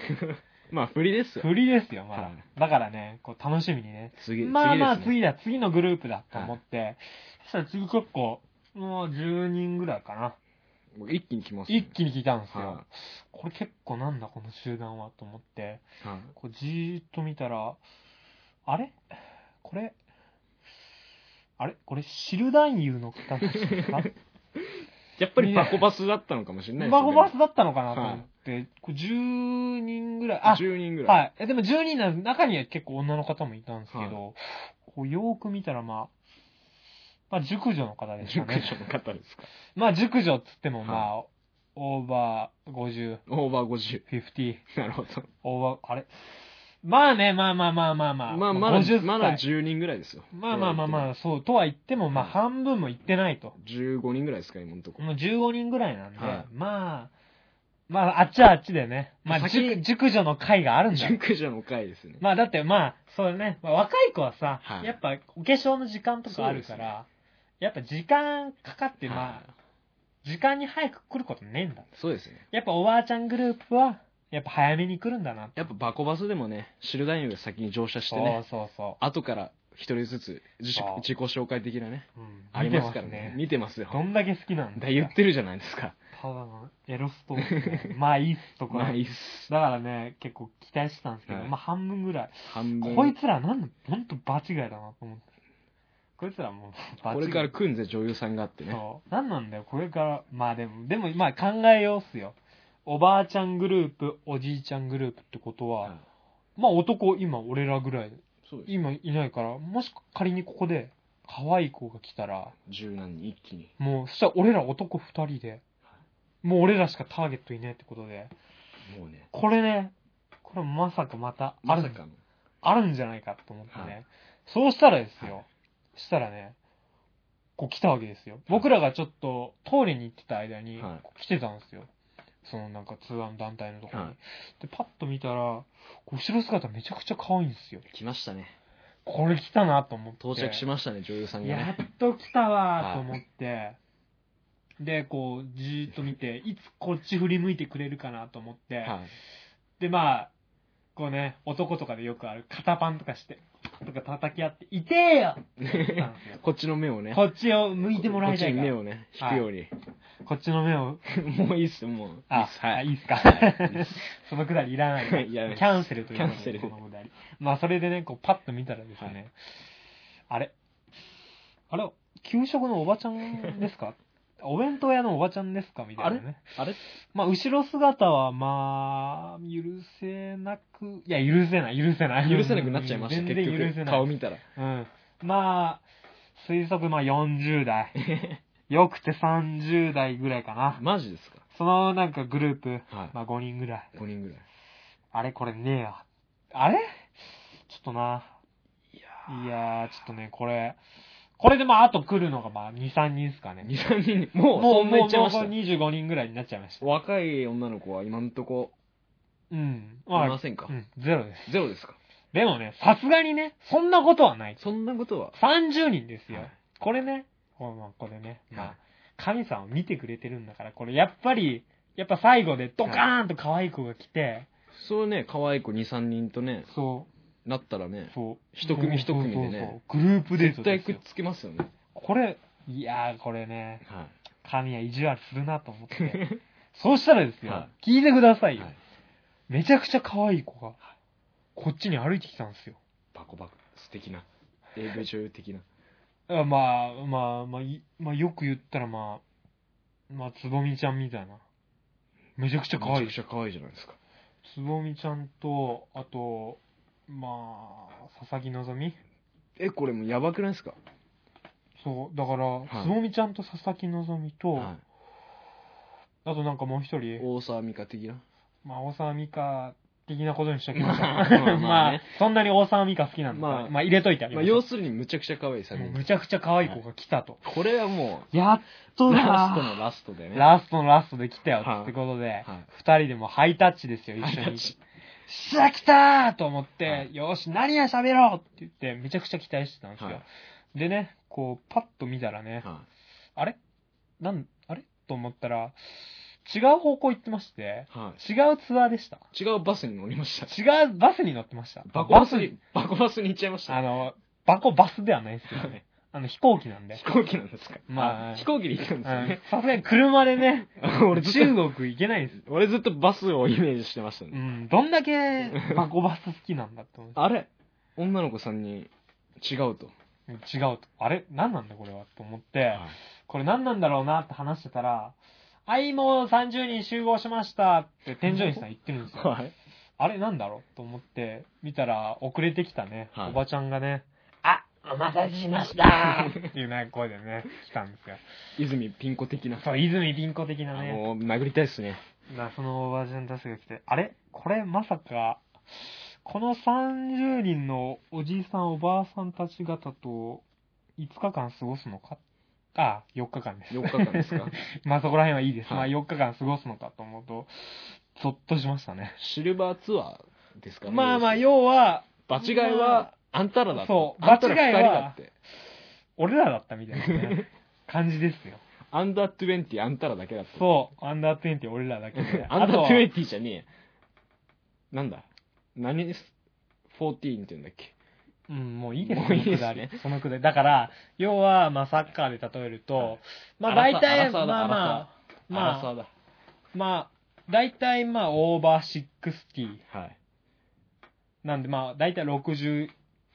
まあ、振りですよ。振りですよ、まだ。はいだからね、こう楽しみにね、次、まあまあ次ですね。次だ、次のグループだと思って、そしたら次結構、もう10人ぐらいかな。僕一気に来ますね。一気に聞いたんですよ。はこれ結構なんだこの集団はと思って、いはいこうじーっと見たら、あれこれ、あれこれシルダンユの方たちです かやっぱりバコバスだったのかもしれないですバねコバスだったのかなと思って、こう10人ぐらい、あ、 10人ぐらい。はい。えでも10人の中には結構女の方もいたんですけど、はいこうよーく見たらまあ、まあ熟女の方でした熟ね。女の方ですか。まあ熟女っつってもまあ、オーバー50、オーバー50。 50、なるほど。オーバー、あれまあね、まあまあまあまあまあ。まあ、まだ、 50歳まだ10人ぐらいですよ。まあまあまあまあ。あ、そう、とは言ってもまあはい半分も行ってないと。 15人ぐらいですか、今のとこ。もう15人ぐらいなんで、はいまあ、まああっちはあっちでね、まあ先熟熟女の会があるんだよ熟女の回ですね。まあだってまあ、そうね、まあ、若い子はさ、はいやっぱお化粧の時間とかあるかそうですら、やっぱ時間かかって、まあ、はい時間に早く来ることねえんだ。そうですね。やっぱおばあちゃんグループは、やっぱ早めに来るんだなって。やっぱバコバスでもね、シルダインが先に乗車してね、そうそうそ後から一人ずつ自己そう自己紹介的なね、う。うんありますからね。見てますどよ。んだけ好きなんだだ言ってるじゃないですか。ただのエロストーリーですね。まあいいっす、そこまは。あいいだっす。からね、結構期待してたんですけど、はいまあ半分ぐらい。半分。こいつらなんだ、ほんと場違いだなと思って。こいつらもう、場違い。これから来んぜ、女優さんがあってね。そう。なんなんだよ、これから。まあでも、でも、まあ考えようっすよ。おばあちゃんグループ、おじいちゃんグループってことは、はいまあ男、今俺らぐらい、そうです。今いないから、もし仮にここで、可愛い子が来たら、十何人一気に。もう、そしたら俺ら男二人で、もう俺らしかターゲットいないってことで、もうね。これね、これまさかまたあまるさ、かの。あるんじゃないかと思ってね。はいそうしたらですよ、はしたらね、こう来たわけですよ。僕らがちょっとトイレに行ってた間にはいこう来てたんですよ。そのなんか通話の団体のところに。はいで、パッと見たら、こう後ろ姿めちゃくちゃ可愛いんですよ。来ましたね。これ来たなと思って。到着しましたね、女優さんがやね。っと来たわーと思って、で、こう、じーっと見て、いつこっち振り向いてくれるかなと思って、はい。で、まあ、こうね、男とかでよくある、肩パンとかして、とか叩き合って、痛えよって言ったんですよこっちの目をね。こっちを向いてもらいたいこかっちに目ら。こをね、引くように。っちの目を、もういいっす、もう。いいあっす、あはいい。いっすか。そのくだりいらない いらないキャンセルということでキャンセルこのくだり。まあ、それでね、こう、パッと見たらですね、はいあれあれ給食のおばちゃんです かお弁当屋のおばちゃんですかみたいなね。あれまあ、後ろ姿は、まあ、許せなく、いや、許せない、許せない。許せなくなっちゃいました、全結然許せ局。な顔い。見たら。うん。まあ、推測、まあ40代。 よくて30代ぐらいかな。マジですかそのなんかグループ、はいまあ5人ぐらい。 5人ぐらい。あれこれねえや。あれちょっとな。いいやー、ちょっとね、これ、これでまあ、あと来るのがまあ、2、3人ですかね。 2、3人に、もう、もそう、んなも、いうもうっちゃいまし25人ぐらいになっちゃいましたた。。若い女の子は今んとこ、うん。いませんかうん、ゼロです。ゼロですかでもね、さすがにね、そんなことはない。そんなことは。 30人ですよ。はいこれね、ほまあこれね、まはあい、神さんを見てくれてるんだから、これやっぱり、やっぱ最後でドカーンと可愛い子が来て、そうね、可愛い子2、3人とね、そなったらねう、、そう。一組一組でねそうそうそう。グループデート絶対ですくっよ。つけますよね。これ、いやー、これね、は神は意地悪するなと思 って。そうしたらですよ、は聞いてくださいい。よ。はい。めちゃくちゃ可愛い子が、こっちに歩いてきたんですよ。バコバコ、素敵な。AV 女優的な。あまあ、まあ、まあ、いまあ、よく言ったらまあ、まあ、つぼみちゃんみたいな。めちゃくちゃ可愛いめ。ちゃくちゃ可愛いじゃないですか。つぼみちゃんと、あと、まあ、佐々木希え、これもうやばくないですかそう、だから、いつぼみちゃんと佐々木希と、はあとなんかもう一い。人、大沢美香的な。まあ、大沢美香的なことにしときましょう。ま あまあねまあ、そんなに大沢美香好きなんだから、ままああ、入れといてあげまあ、ましょ要う。するにむちゃくちゃ可愛い3もう人む。ちゃくちゃ可愛い子が来たと。これはもやっとう、だラストのラストでね。ラストのラストで来たよはいってことで、はい二人でもうハイタッチですよ、一緒ハイタッに。チしゃ、来たーと思って、はいよーし、何や喋ろうって言って、めちゃくちゃ期待してたんですよ。はでね、こう、パッと見たらね、はあれなん、あれと思ったら、違う方向行ってまして、い。は違うツアーでした。い。違うバスに乗りました。違うバスに乗ってました。バコバスバに、バコバスに行っちゃいました。あの、バコバスではないですけどね。あの、飛行機なんで飛。行機なんですかまあ飛行機で行ったんうんですよね。さすがに車でね、 俺ずっ中国行けないです。と、俺ずっとバスをイメージしてましたうね。ん、どんだけバコバス好きなんだって思って。あれ女の子さんに違うと。違うと。あれ何なんだこれはと思って、これ何なんだろうなって話してたら、はい、もう30人集合しましたって添乗員さん言ってるんです よ。はい。あれなんだろうと思って、見たら遅れてきたね、はいおばちゃんがね、あ、お待たせしましたっていうね、声でね、来たんですよ。泉ピン子的な。そう、泉ピン子的あなね、の、殴りたいっすね。なそのおばちゃんたちが来て、あれこれまさか、この30人のおじいさんおばあさんたち方と5日間過ごすのかあ、4日間です。 4日間で すかまあそこら辺はいいです。はいまあ4日間過ごすのかと思うと、ゾッとしましたね。シルバーツアーですかねまあまあ、要は、場違いは、あんたらだそと。うあんたら場違いは二人だって。俺らだったみたいなね感じですよ。アンダー20、あんたらだけだって。。そう、アンダー20俺らだけで アンダーあと20じゃねえや。なんだ何です ?14 って言うんだっけうん、もういいですもういいですねそのくだり。そのくだり。だから、要は、まあサッカーで例えるはとい、まあアラサ大ア体、ラサまーあだまあ、アラサまあ、ーだ。まあ、大体まあオーバー60はい。なんでまあ大体60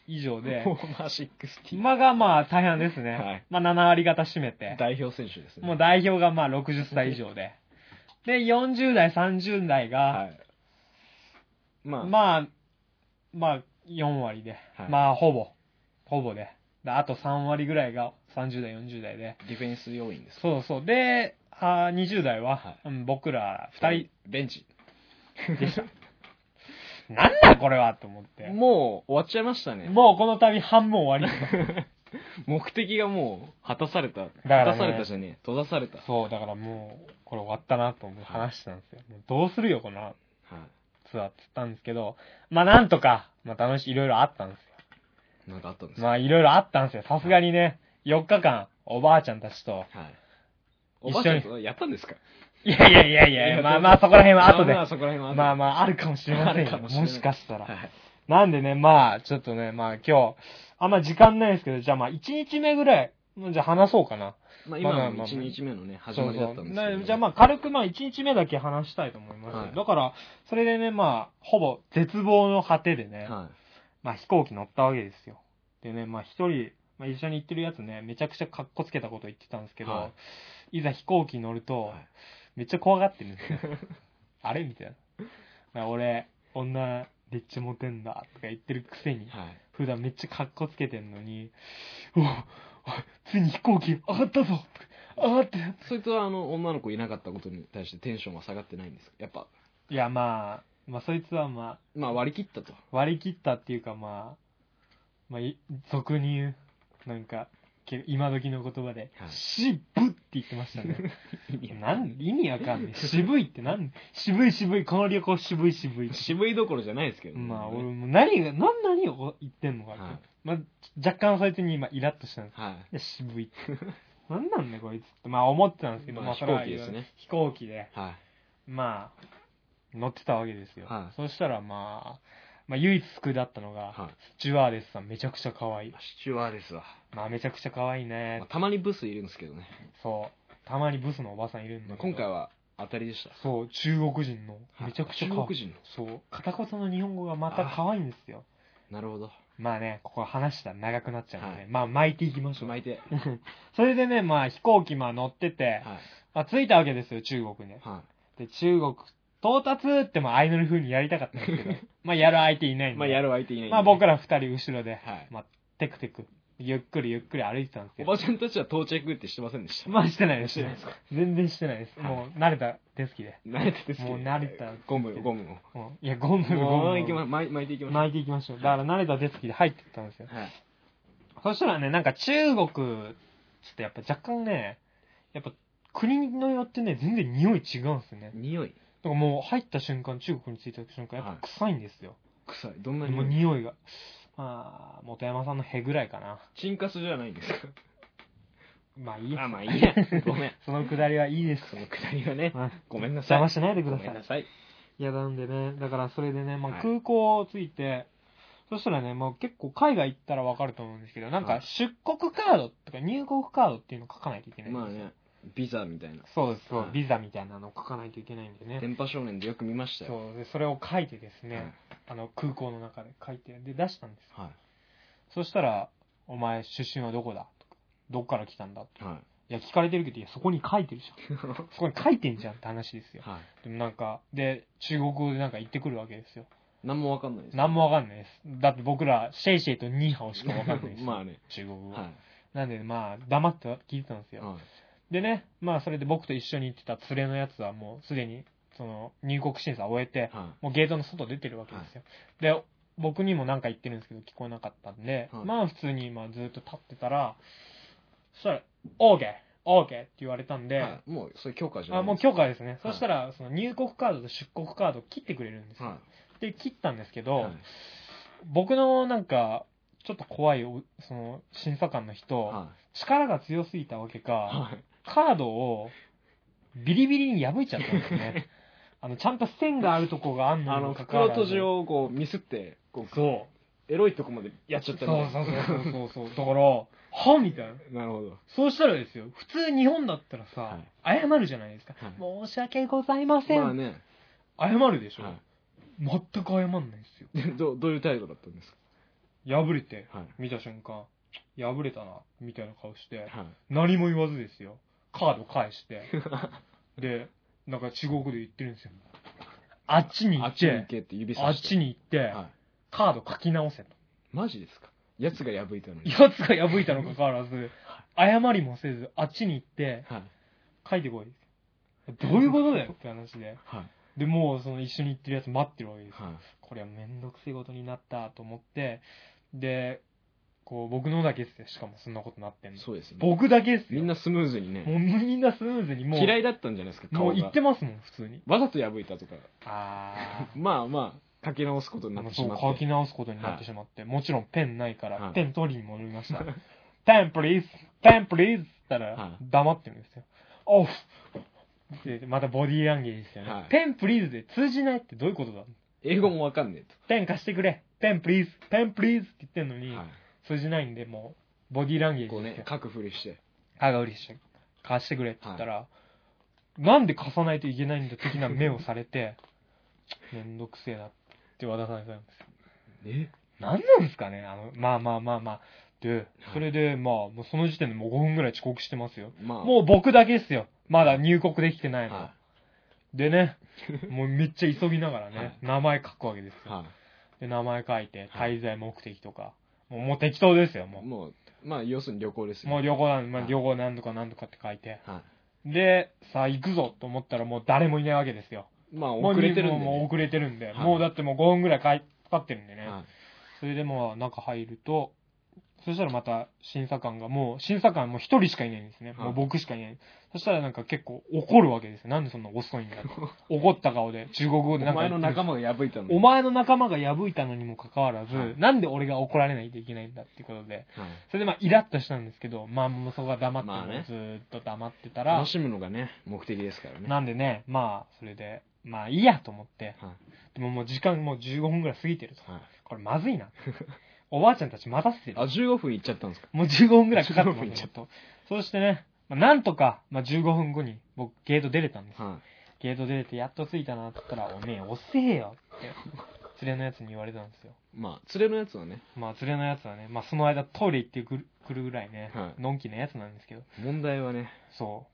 以上で オ、ーバーシックスティまあがまあ大半ですね。はいまあ7割方占めて。代表選手ですね。もう代表がまあ60歳以上で。で、40代、30代はが、い。まあ、まあ、まあ4割で、はいまあほぼ、ほぼで。であと3割ぐらいが30代、40代で。ディフェンス要員です。そうそう。で、あー20代は、はうん僕ら2ベンチ。人でした。なんだこれはと思って。もう終わっちゃいましたね。もうこの度半分終わり。目的がもう果たされた。ら果ねたされたじゃねえ。閉ざされた。 そう、だからもう、これ終わったなと思って話してたんですよ。もうどうするよ、このはツアーって言ったんですけど、まあなんとか、まあ楽しい、いろいろあったんですい。なんかあったんですよ。かまあいろいろあったんですよ。さすがにね、4日間、おばあちゃんたちと、はい。一緒におばあちゃんとやったんですかいやいやいやいや、まあまあそこら辺は後でまあまあ、そこら辺は後でまあまああるかもしれませんあるよ。かもしれなもいしかしたら。はい。なんでね、まあ、ちょっとね、まあ今日、あんま時間ないですけど、じゃあまあ1日目ぐらい、もうじゃあ話そうかな。まあ今まあまあまのあ1日目のね、始そまうりそだうったんですけどね、なじゃあまあ軽くまあ1日目だけ話したいと思います。はいだから、それでね、まあ、ほぼ絶望の果てでね、はまあ飛行機乗ったわけですよ。でね、まあ一人、まあ一緒に行ってるやつね、めちゃくちゃかっこつけたこと言ってたんですけど、、はいざ飛行機乗ると、はいめっちゃ怖がってるんです よ。あれみたいな。なんか俺、女、めっちゃモテんだ、とか言ってるくせにい。、はい。普段めっちゃかっこつけてんのに、うわ、ついに飛行機上がったぞとか上がってそいつはあの、女の子いなかったことに対してテンションは下がってないんですかやっぱ、いや、まあ、まあそいつはまあ、まあ割り切ったと。割り切ったっていうかまあ、まあ、い俗に言う、なんか、け今時の言葉では、い渋って言ってました ね。なん意味わかんねえ。渋いってなん渋い渋い、この旅行渋い渋い。渋いどころじゃないですけどねまあ、で俺もねも何が、何、何を言ってんのかって、はいまあ、若干そいつに今イラッとしたんですはいや、渋いって。 なんなんだよこいつって、まあ思ってたんですけど、まあそれは飛行機ですね飛行機で、い。はい。まあ、乗ってたわけですよ。はいそしたらまあ、まあ唯一救いだったのが、はい。スチュワーデスさんめちゃくちゃ可愛い。シチュワーですわ。まあめちゃくちゃ可愛いねまあ。たまにブスいるんですけどね。そう。たまにブスのおばさんいるんだまあけど。今回は当たりでした。そう、中国人の。はいめちゃくちゃ可愛い。中国人のそう。片言の日本語がまた可愛いんですよ。なるほど。まあね、ここは話したら長くなっちゃうんでね。はいまあ巻いていきましょう。巻いて。 それでね、まあ飛行機まあ乗ってて、はい。まあ着いたわけですよ、中国に。はで、中国、到達ってまあアイドル風にやりたかったんです けど、まあやる相手いないんい。で。まあやる相手いないんでねまあ僕ら二人後ろで、はいまあテクテク、ゆっくりゆっくり歩いてたんですおけばど、ちゃんたちは到着ってしてませんでした。まあしてないです、してないですか全然してないです。はいもう慣れた手つきで。慣れてですけもどう慣れたゴムを、ゴムを。もういや、ゴム、ゴムもう行きまを。巻い巻いていきましょう。巻いていきましょう。だから慣れた手つきで入ってったんですよ。はい。そしたらね、なんか中国、ちょっとやっぱ若干ね、やっぱ国によってね、全然匂い違うんですよね。匂い。だからもう入った瞬間、中国に着いた瞬間、やっぱ臭いんですよ。臭い。どんなもう匂匂いいが。まあ、元山さんの屁ぐらいかな。チンカスじゃないんですかまあいい。あ、まあいいや。ごめん。そのくだりはいいです。そのくだりはね。まあごめんなさ邪い。魔しないでくごださ。めんないさい。いや、なんでね、だからそれでね、まはあい空港を着いて、そしたらね、もう結構海外行ったらわかると思うんですけど、なんはかい出国カードとか入国カードっていうの書かないといけないんですよまあね、ビザみたいな。そうです、そう、はいビザみたいなの書かないといけないんでね。電波少年でよく見ましたよ。そう、で、それを書いてですね、はいあの空港の中で書いて、で出したんですよ。はそしたら、お前出身はどこだとか、どっから来たんだい。はいや、聞かれてるけど、いや、そこに書いてるじゃん。 い。そこに書いてんじゃんって話ですよ。はい。でもなんか、で、中国語でなんか言ってくるわけですよ。何もわかんないです。なんもわかんないです。だって僕ら、シェイシェイとニーハオしかわかんないです。 まあね。中国語。はなんで、まあ、黙って聞いてたんですい。よ。はでね、まあ、それで僕と一緒に行ってた連れのやつはもうすでに、その、入国審査を終えい。て、はもうゲートの外出てるわけですよ。で、僕にもなんか言ってるんですけど、聞こえなかったんで、はいまあ、普通に、まあ、ずっと立ってたら、そしたら、OK! OK! って言われたんいで、はい。もう、それ許可じゃないあ、もう許許可ですね。そしたら、その入国カードと出国カードを切ってくれるんですよ。はで、切ったんですけい。ど、はい僕のなんか、ちょっと怖いお、その、審査官の人、は力が強すぎたわけか、い。はい。カードを、ビリビリに破いちゃったんですね。あの、ちゃんと線があるとこがあんのあにの、もかかわ袋らず閉じをこう、ミスって、こう、そエロいとこまでやっちゃう。っそたうみたいなそうそうそうそう。だから、はみたいな。なるほど。そうしたらですよ、普通日本だったらさ、謝るじゃないですか。はい申し訳ございません。まあね。謝るでしょ、は全く謝んないんですよ。い。でどうどういう態度だったんです破れて、かはい。見た瞬間、破れたな、みたいな顔して、はい。何も言わずですよ。カード返して、で、なんか中国で言ってるんですよ。あっちに行あっっちにて行、けって指あさっして。ちに行って、はカード書き直せと。い。マジですか奴が破いたのに。やつが破いたのかかわらず、謝りもせず、あっちに行って、はい。書いてこい。どういうことだよって話で。はい。で、もうその一緒に行ってるやつ待ってるわけですよはい。これはめんどくせえことになったと思って、で、こう、僕のだけっすよ。しかもそんなことなってんの。そうですね僕だけっすよ。みんなスムーズにもねうみんなスムーズに、もう、嫌いだったんじゃないですかも顔う言がってますもん、普通に。わざと破いたとかあ まあまあ書き直すことになあっのてしそう、まっ書きて直すことになってしまって、もちろんペンないから、はいペン取りに戻りました。 ペンプリーズペンプリーズって言ったらはい、黙ってるんですよ。オフってまたボディーランゲージですよね。はいペンプリーズで通じないってどういうことだ英語もわかんねペン貸してくれペンプリーズペンプリーズって言ってんのえに、と、は通じないんで、もう、ボディーランゲーい、ジこうですねよ。書くふりして歯がうりして、貸してくれって言ったら、なんで貸さないといけないんだ的な目をされ て、めんどくせえなって渡されたんですよ。えなんなんですかねあの、まあまあまあまあ。で、それで、まあ、もうその時点でもう5分ぐらい遅刻してますよ。まあもう僕だけですよ。まだ入国できてないの。はで ね、もうめっちゃ急ぎながらね、はい名前書くわけですい、よ。はで、名前書いて、はい滞在目的とか。もうもう適当ですよ、もい、もうまあ要するに旅行ですう。よもう旅行なん、まあ、はい旅行なんとかなんとかって書いて。はで、さあ行くぞと思ったらもう誰もいないわけですよ。い、まあもう遅れてるんで、ね、もうもう遅れてるんで、いもうだってもう5分ぐらいかいかかってるんでね。はいそれでもう中入ると、そしたらまた審査官がもう、審査官もう一人しかいないんですね。はいもう僕しかいない。そしたらなんか結構怒るわけですよ。なんでそんな遅いんだ って。怒った顔で、中国語でなおんか言前ってのる。仲間が破いたのお前の仲間が破いたのにもかかわらず、はいなんで俺が怒られないといけないんだってことで。はいそれでまあイラッとしたんですけど、まあもうそこが黙って、まあねずーっと黙ってたら楽、しむのがね目的ですからねなんでね、まあそれで、まあいいやと思って、はでももう時間もう15分ぐらい過ぎてると。いはい、これまずい な。おばあちゃんたち待たせてるあ。15分いっちゃったんですかもう15分ぐらいかかってま15分すいっちゃちょっっと。そうしてね、まあ、なんとか、まあ、15分後に僕ゲート出れたんです。はゲート出れてやっと着いたなって言ったら、おめえ遅えよって、連れのやつに言われたんですよ。いまあ連れのやつはねまあ、連れのやつはね、まあ、その間トイレ行ってくるくるぐらいね、はいのんきなやつなんですけど、問題はねそう。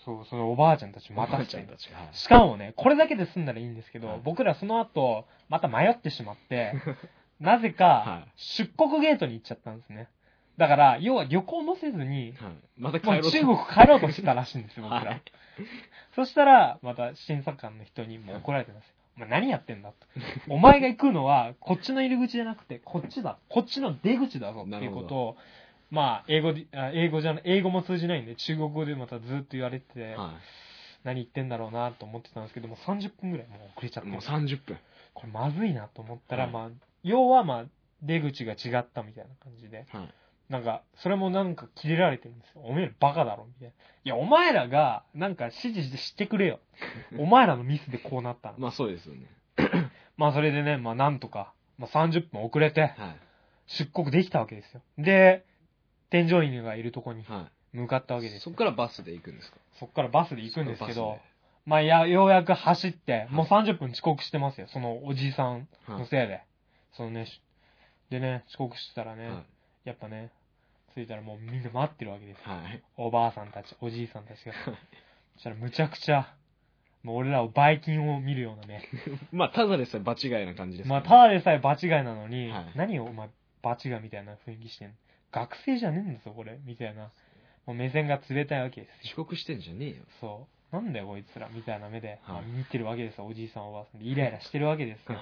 そう、そのおばあちゃんたち待おばたあせちてゃんたちが、はいしかもね、これだけで済んだらいいんですけど、はい僕らその後、また迷ってしまって、 なぜかい、出国ゲートに行っちゃったんですね。だから、要は旅行もせずに、はい、また帰もろううと中国帰ろうとしてたらしいんですよ、僕ら。はいそしたら、また審査官の人にもう怒られてますよ。お前何やってんだと。お前が行くのは、こっちの入り口じゃなくて、こっちだ。こっちの出口だぞ。っなているうほどことを、まあ、英語で、あ英語じゃな英語も通じないんで、中国語でまたずっと言われてて、は何言ってんだろうなと思ってたんですけども、30分ぐらいもう遅れちゃっい、てもうる、 30分これまずいなと思ったら、はいまあ、要はまあ、出口が違ったみたいな感じで、はいなんか、それもなんかキレられてるんですよ。おめえらバカだろ、みたいな。いや、お前らが、なんか指示してくれ よ。お前らのミスでこうなったの。まあそうですよねまあ、それでね、まあ、なんとか、まあ、30分遅れて、はい出国できたわけですよ。で、添乗員がいるとこには向かったわけいですそよ。こからバスで行くんですかそっからバスで行くんですけそどのバ、まあ、や、ようやく走って、もう30分遅刻してますよ。そのおじいさんスではのいせいで。そのね、しでね、遅刻してたらね、はいやっぱね、着いたらもうみんな待ってるわけですよはいおばあさんたち、おじいさんたちが。そしたらむちゃくちゃ、もう俺らをバイキンを見るようなね。まあただでさえ場違いな感じですまかあ、らねただでさえ場違いなのに、はい何をお前場違いみたいな雰囲気してんの学生じゃねえんだぞ、これ。みたいな。もう目線が冷たいわけですよ。遅刻してんじゃねえよそう。なんだよ、こいつら。みたいな目で、はいまあ見てるわけですよ、おじいさん、おばあさんで。イライラしてるわけですよ。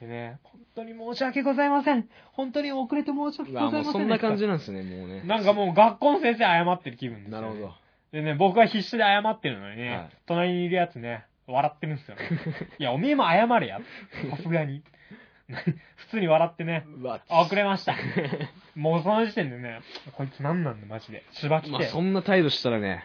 でね、本当に申し訳ございません。本当に遅れて申し訳うございわませんでもうした。そんな感じなんですねもうねなんかもう学校の先生謝ってる気分ですよなねるほどでね、僕は必死で謝ってるのにね、はい隣にいるやつね、笑ってるんですよ ね。いや、おめえも謝れや。さすがに。 普通に笑ってね、うわあ遅れま した。もうその時点でね、こいつ何なんだマジで。芝来まあて。そんな態度したらね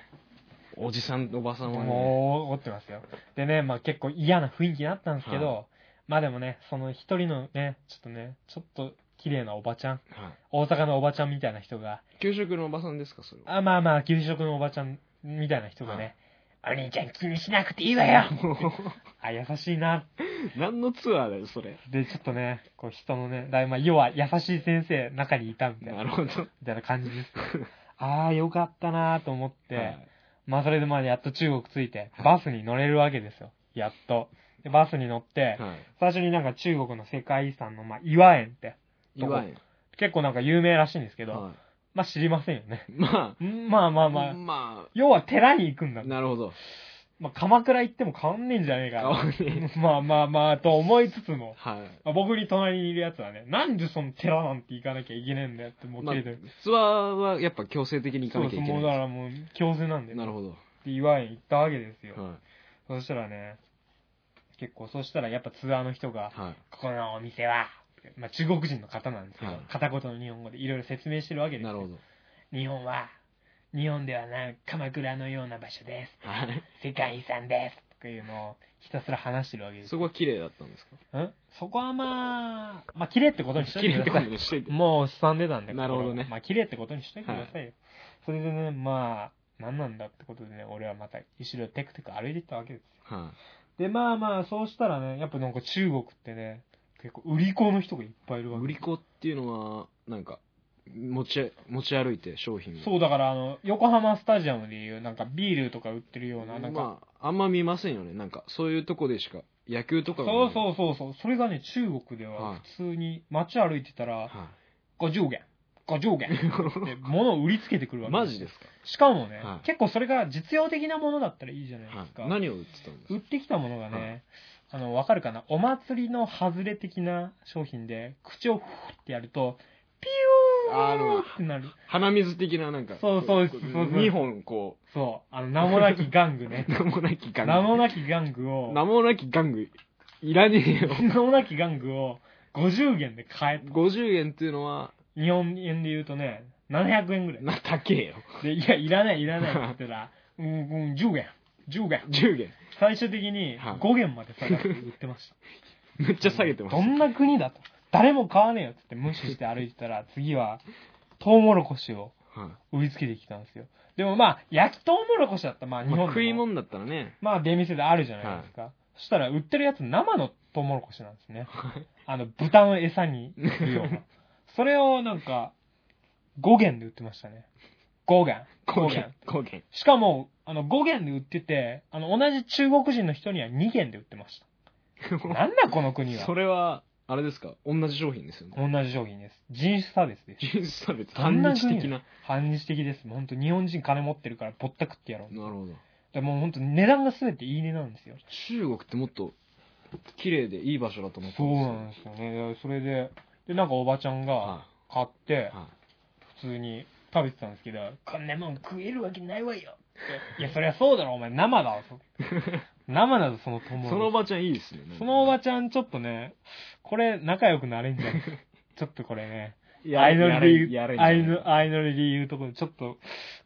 おじさんおばさんはねもう怒ってますよ。でね、まあ結構嫌な雰囲気になったんですけど、はまあでもね、その一人のね、ちょっとね、ちょっと綺麗なおばちゃん、はい大阪のおばちゃんみたいな人が、給食のおばさんですかそれはあまあまあ、給食のおばちゃんみたいな人がね、お兄ちゃん気にしなくていいわよあ、優しいな。 何のツアーだよそれで、ちょっとね、こう人のね、だいまあ要は優しい先生中にいたみたいな、なるほどみたいな感じです。 ああ、よかったなと思って、はいまあそれでまあやっと中国着いては、いバスに乗れるわけですよ。やっと。で、バスに乗って、はい最初になんか中国の世界遺産の、まあ、岩園って、いわゆる結構なんか有名らしいんですけど、はいまあ知りませんよね。ままあまああまあ、ま要は寺に行くんだあ。なるほどまあ、鎌倉行っても変わんねえんじゃねえ顔か。ね。まあまあまあ、と思いつつも、はい。まあ僕に隣にいるやつはね、なんでその寺なんて行かなきゃいけねえんだよって、もうまあ切れてる。、ツアーはやっぱ強制的に行かそうなきそう、ゃいけもうだなかい。らもう強制なんだよ。なるほほど。ど。言わへん行ったわけですよ。はそしたらね、結構、そしたらやっぱツアーの人がい。、はい。ここのお店は、まあ、中国人の方なんですけど、はい片言の日本語でいろいろ説明してるわけですよなるほど。日本は、日本ではない鎌倉のような場所です。はい。世界遺産です。とかいうのをひたすら話してるわけですそこは綺麗だったんですかんそこはまあ、まあ、綺麗ってことにしとい綺て麗くってださこい。とにしと いて。もうおっさんでたんで、なるほどね心がまあ、綺麗ってことにしといてくださいよ。それでね、まあ、何なんだってことでね、俺はまた後ろテクテク歩いていったわけですよ。はで、まあまあ、そうしたらね、やっぱなんか中国ってね、結構売り子の人がいっぱいいい。るわけ売り子っていうのは、なんか、持ち、持ち歩いて商品を。そうだからあの横浜スタジアムでいうなんかビールとか売ってるようななんか、まあ、あんま見ませんよね。なんか、そういうとこでしか、野球とかそうう。そうそうそうそれがね中国でははい普通に街歩いてたらは50元50元って物を売りつけてくるい。わけ マジですすしかもね、はい結構それが実用的なものだったらいいじゃないか、ですか、はい、何を売ってたんです売ってきたものがはね、あのわかるかなお祭りの外れ的な商品で口をフーってやるとピュああーのってなるか鼻水的ななんかそうそうこそうそう2本こそうあの名もなき玩具ねう名もなき玩 具名もなき玩具を名もなき玩具いらねえよ名もなき玩具を50元で買えと。 50円っていうのは日本円で言うとね、700円ぐらい。な高えよで、いや、いらない、いらないって言ったら、うん、うん、10円。10円。 10元最終的にはい5元まで下がって売ってました。めっちゃ下げてますどんな国だと。誰も買わねえよってって無視して歩いてたら、次は、トウモロコシをはい売りつけてきたんですよ。でもまあ、焼きトウモロコシだったら、まあ日まあ本食でいも。物だったらねまあ出店であるじゃないですか。そしたら売ってるやつ生のトウモロコシなんですね。あの、豚の餌にいるよう な。それをなんか、5元で売ってましたね。5元。 5元5元しかも、あの、5元で売ってて、あの、同じ中国人の人には2元で売ってま した。なんだこの 国はそ。れはあれですか同じ商品ですよね同じ商品です。人種差別です。人種差別そん反な日的な反日的です。本当日本人金持ってるからぼったくってやろう。なるほどでもう本当値段が全ていい値なんですよ。中国ってもっと綺麗でいい場所だと思ったそうんですよなんですよね。それで、で、なんかおばちゃんがは買って、いは普通に食べてたんですけど、こんなもん食えるわけないわよって。いや、そりゃそうだろ、お前、生だわ。 そ生だぞ、そのい友そのおばちゃんいいですねそのおちばちゃん、ちょっとね、これ、仲良くなれんじゃないちょっとこれね、ゃんアイドルで言やれう、やれアやれイドルアイドルで言うところで、ちょっと、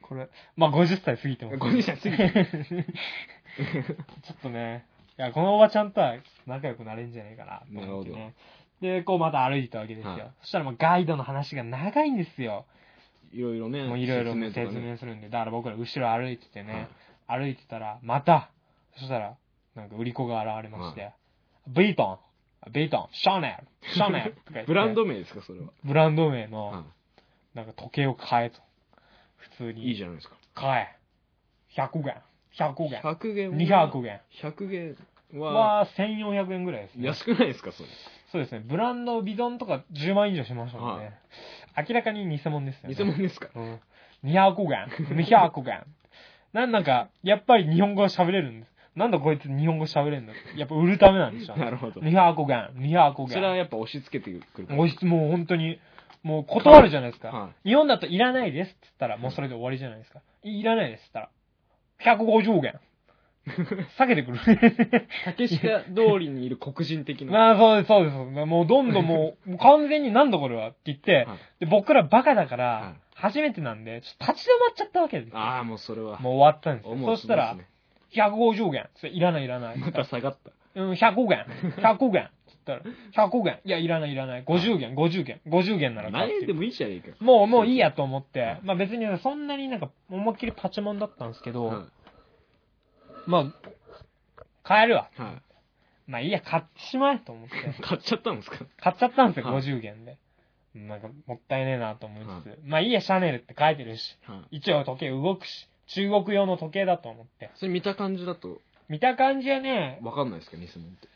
これ、まあ、50歳過ぎても。 50歳過ぎてちょっとね、いや、このおばちゃんとは、仲良くなれんじゃないかな、と思ってなるね。で、こう、また歩いてたわけですよ。はいそしたら、もうガイドの話が長いんですよ。いろいろねもういろいろとか説ね明するんで、だから僕ら後ろ歩いててね、歩いてたら、また、そしたら、なんか売り子が現れまして、ビートン、ビートン、シャネル、シャネルとか言ってブランド名ですかそれはブランド名の、はなんか時計を買えと。普通いいいに、じゃないですか買え。100元、100元、 100元200元100元はは1400円ぐらいですね。安くないですかそれそうですね、ブランドビドンとか10万以上しましたもんね。明らかに偽物ですよね。偽物ですかうん。200元、200元。なんなんか、やっぱり日本語喋れるんです。なんだこいつ日本語喋れるんだやっぱ売るためなんでしょうね。 なるほど200元、200それは元。やっぱ押し付けてくるからもうもう本当に、もう断るじゃないです か。は日本だといらないですって言ったら、もうそれで終わりじゃないですか。いいらないですって言ったら、150元。 下げてくる。竹下通りにいる黒人的なまあ、そうです、そうです。もうどんどんもう、もう完全になんだこれはって言って、はいで僕らバカだかはらい、初めてなんで、ちょっと立ち止まっちゃったわけですよ。ああもうそれはもう終わったんですよ。思そしたらそうで、 150元。それいらないいらない。すねまた下がったうん、105元。105元。 つったら、105元。いや、いらないいらない。50元、50元。50元なら買何うってい円でう。もいいじゃねえかもう、もういいやと思っはてい。まあ別にそんなになんか思いっきりパチモンだったんですけど、はまあ、買えるわ。いはまあいいや、買ってしまえと思って。 い買っちゃったんですか買っちゃったんですよ、はい50元で。なんかもったいねえなと思いつつ。まあいいや、シャネルって書いてるし。はい一応時計動くし。中国用の時計だと思って。それ見た感じだと見た感じはね、分かんないですか偽物って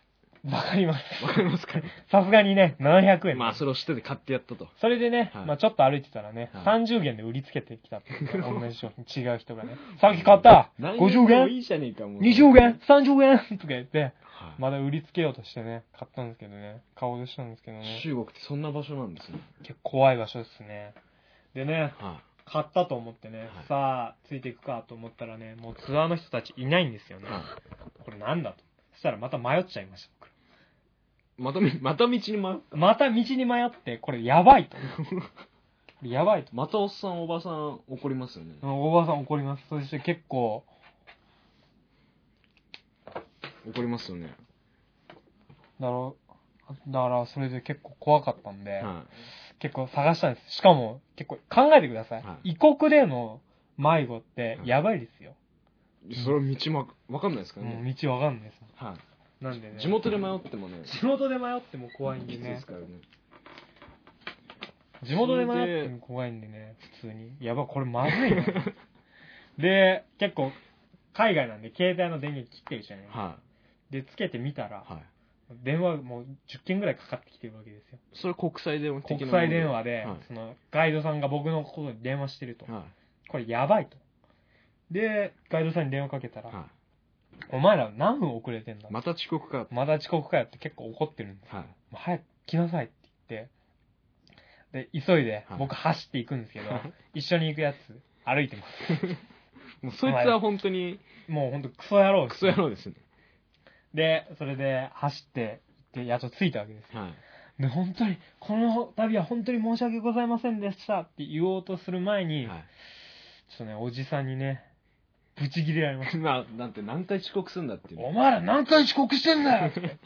わかります。わかり ますかさすがにね、700円。まあ、それを知ってて買ってやったと。それでね、はいまあちょっと歩いてたらね、はい30元で売りつけてきたっていう か同じ商品、違う人がね、さっき買った何 !50 でもい元いじゃねえか、もう。 !20 元 !30 元とか言って、はいまだ売りつけようとしてね、買ったんですけどね、買おうとしたんですけどね、中国ってそんな場所なんですね。結構怖い場所ですね。でね、は買ったと思ってね、はいさあ、ついていくかと思ったらね、もうツアーの人たちいないんですよい。ね。はこれなんだと。そしたらまた迷っちゃいました、僕らい。またみ、また道に迷また道に迷って、これやばいと。これやばいと。またおっさん、おばさん怒りますよね。おばあさん怒ります。そして結構、怒りますよね。だろう、だからそれで結構怖かったんで、は結構探したんです。しかも、結構考えてください。は異国での迷子ってはいやばいですよ。い。それは道もわかんないですからもね。う道わかんないですもはん。なんでい。ね。地元で迷ってもね、地元で迷っても怖いんできついでねす。からね。地元で迷っても怖いんでね、普通に。やばい、これまず いな。で、結構、海外なんで携帯の電源切ってるじゃないですか。はで、つけてみたらい。、はい。電話もう10件ぐらいかかってきてるわけですよ。それ国際電話的な国際電話で、はいそのガイドさんが僕のことに電話してると、はこれやばいとでガイドさんに電話かけたい。ら、はお前ら何分遅れてんだ、い。ままた遅刻か。だ遅刻かよって結構怒ってるんですよ、はい。もう早く来なさいって言ってで急いではい僕走っていくんですけど、一緒に行くやつ歩いてまもうそいつは本当にすもうほんとクソ野郎でクすソ野郎ですね。でそれで走って行ってやっと着いたわけですはい。で本当にこの度は本当に申し訳ございませんでしたって言おうとする前に、はちょっとね、おじさんにね、ブチギレられましい。まあ、なんて何回遅刻すんだ っていた。うね。お前ら何回遅刻してんだよ って。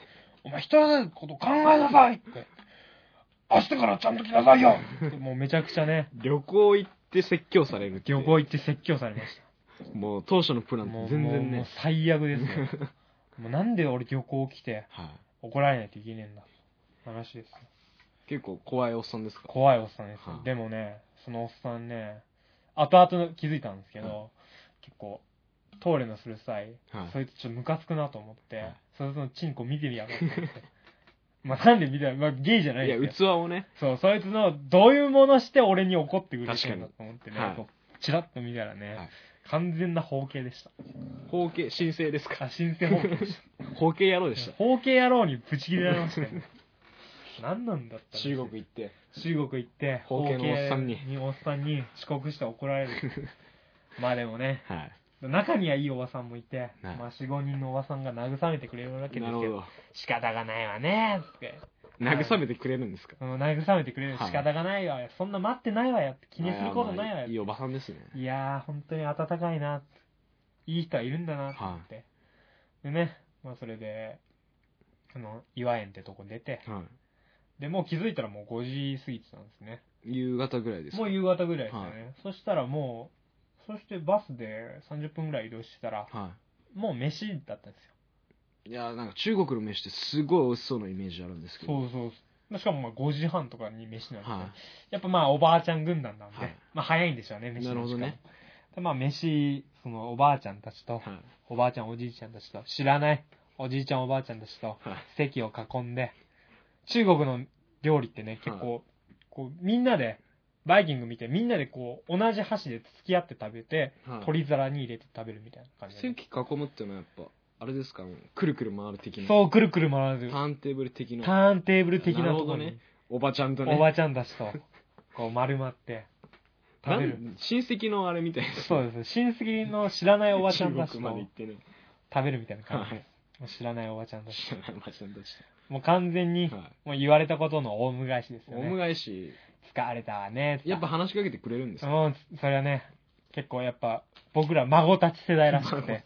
お前一人のこと考えなさいって。明日からちゃんと来なさいよってもうめちゃくちゃね、旅行行って説教されるってい旅う行行って説教されましもう当初のプラた。ンもとう、全もう然もうね。最悪 ですよ。もうなんで俺旅行来ては怒られないといけねえんだと話ですよ。い。結構怖いおっさんですか怖いおっさんですはよあ。でもね、そのおっさんね、後々気づいたんですけはど、結構、トイレのする際、はいそいつちょっとムカつくなと思って、はいそいつのチンコ見てみやがって思って。 まあなんで見たら、まあゲイじゃないいや、です器をね。よ。そう、そいつのどういうものして俺に怒ってくれてるんだと思ってね、確かにこうチラッと見たらね、はい完全な包茎で した。包茎、神聖ですかあ、新鮮包茎でし。包茎野郎でした包茎野郎にブチ切れられました よ、ね。何なんだったんた。ですよ中国行って。中国行って包茎のおっさんに包茎おっさんに遅刻して怒 られるまあでもねは中にはいいおばさんもいて、はいまあ、45人のおばさんが慰めてくれるわい。けでなするほけどど。仕方がないわねって慰めてくれるんですかうん慰めてくれるはい仕方がないわよ、そんな待ってないわよって気にすることないわやまよあいいおばさんですね。いやー本当に温かいなっていい人はいるんだなって思って、でね、まあ、それであの岩園ってとこ出てはでもう気づいたらもう5時過ぎてたんですねい。夕方ぐらいですかもう夕方ぐらいですよね、はそしたらもうそしてバスで30分ぐらい移動してたらはもう飯だったんですよい。いや、なんか中国の飯ってすごい美味しそうなイメージあるんですけど。そうそうそうしかもまあ5時半とかに飯なんで、はやっぱまあおばあちゃん軍団なんで、はいまあ早いんでしょうねい。飯なるのほ時ど間ね。でまあ飯そのおばあちゃんたちと、はい。おばあちゃんおじいちゃんたちと知らないおじいちゃんおばあちゃんたちとはい。席を囲んで中国の料理ってね結構、こうみんなでバイキング見てみんなでこう同じ箸でつつき合って食べてはい取り皿に入れて食べるみたいな感じで、席囲むっていうのはやっぱ、あれですかもうくるくる回る的な。そうくるくる回るターンテーブル的タな。ーンテーブル的ななるとほころどに、ねおばちゃんとね。おばちゃんたちとこう丸まって食べるなん親戚のあれみたいですそうです親戚の知らないおばちゃんたち中と国まで行ってね食べるみたいな感じはでもう知らないおばちゃんたち知らないおばちゃんたちもう完全にと、はいもう言われたことのオウム返しですよオウムね返し疲れたわねやっぱ話しかけてくれるんですかもうそれはね結構やっぱ僕ら孫たち世代らしくて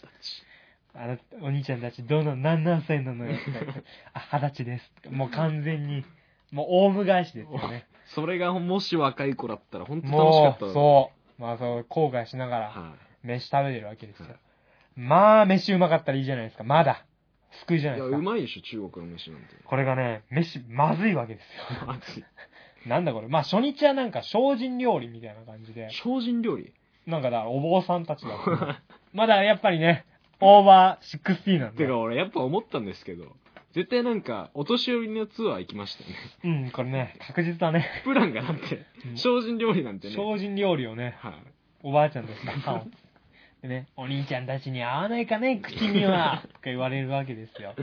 あの、お兄ちゃんたち、どの、何何歳なのよ、とか言 ってあ、二十歳です。もう完全に、もう、オウム返しですよね。それがもし若い子だったら本当 楽しかもっうた、うそう。まあ、そう、後悔しながら、は飯食べてるわけですよはい。まあ、飯うまかったらいいじゃないですか。まだ。救いじゃいないやいうですか。まいでしょ中国の飯なんてこれが ね、飯、まずいわけですよ。熱いなんだこれ。まあ、初日はなんか、精進料理みたいな感じで、精進料理なんかだから、お坊さんたちが、まだやっぱりね、オーバー60なんでて。か俺やっぱ思ったんですけど絶対なんか、お年寄りのツアー行きましたよね。うん、これね、確実だね。プランがだって、うん精進料理なんてね。精進料理をね、はい。おばあちゃんとしたパン を。でね、お兄ちゃんたちに合わないかね、口には。とか言われるわけですよ。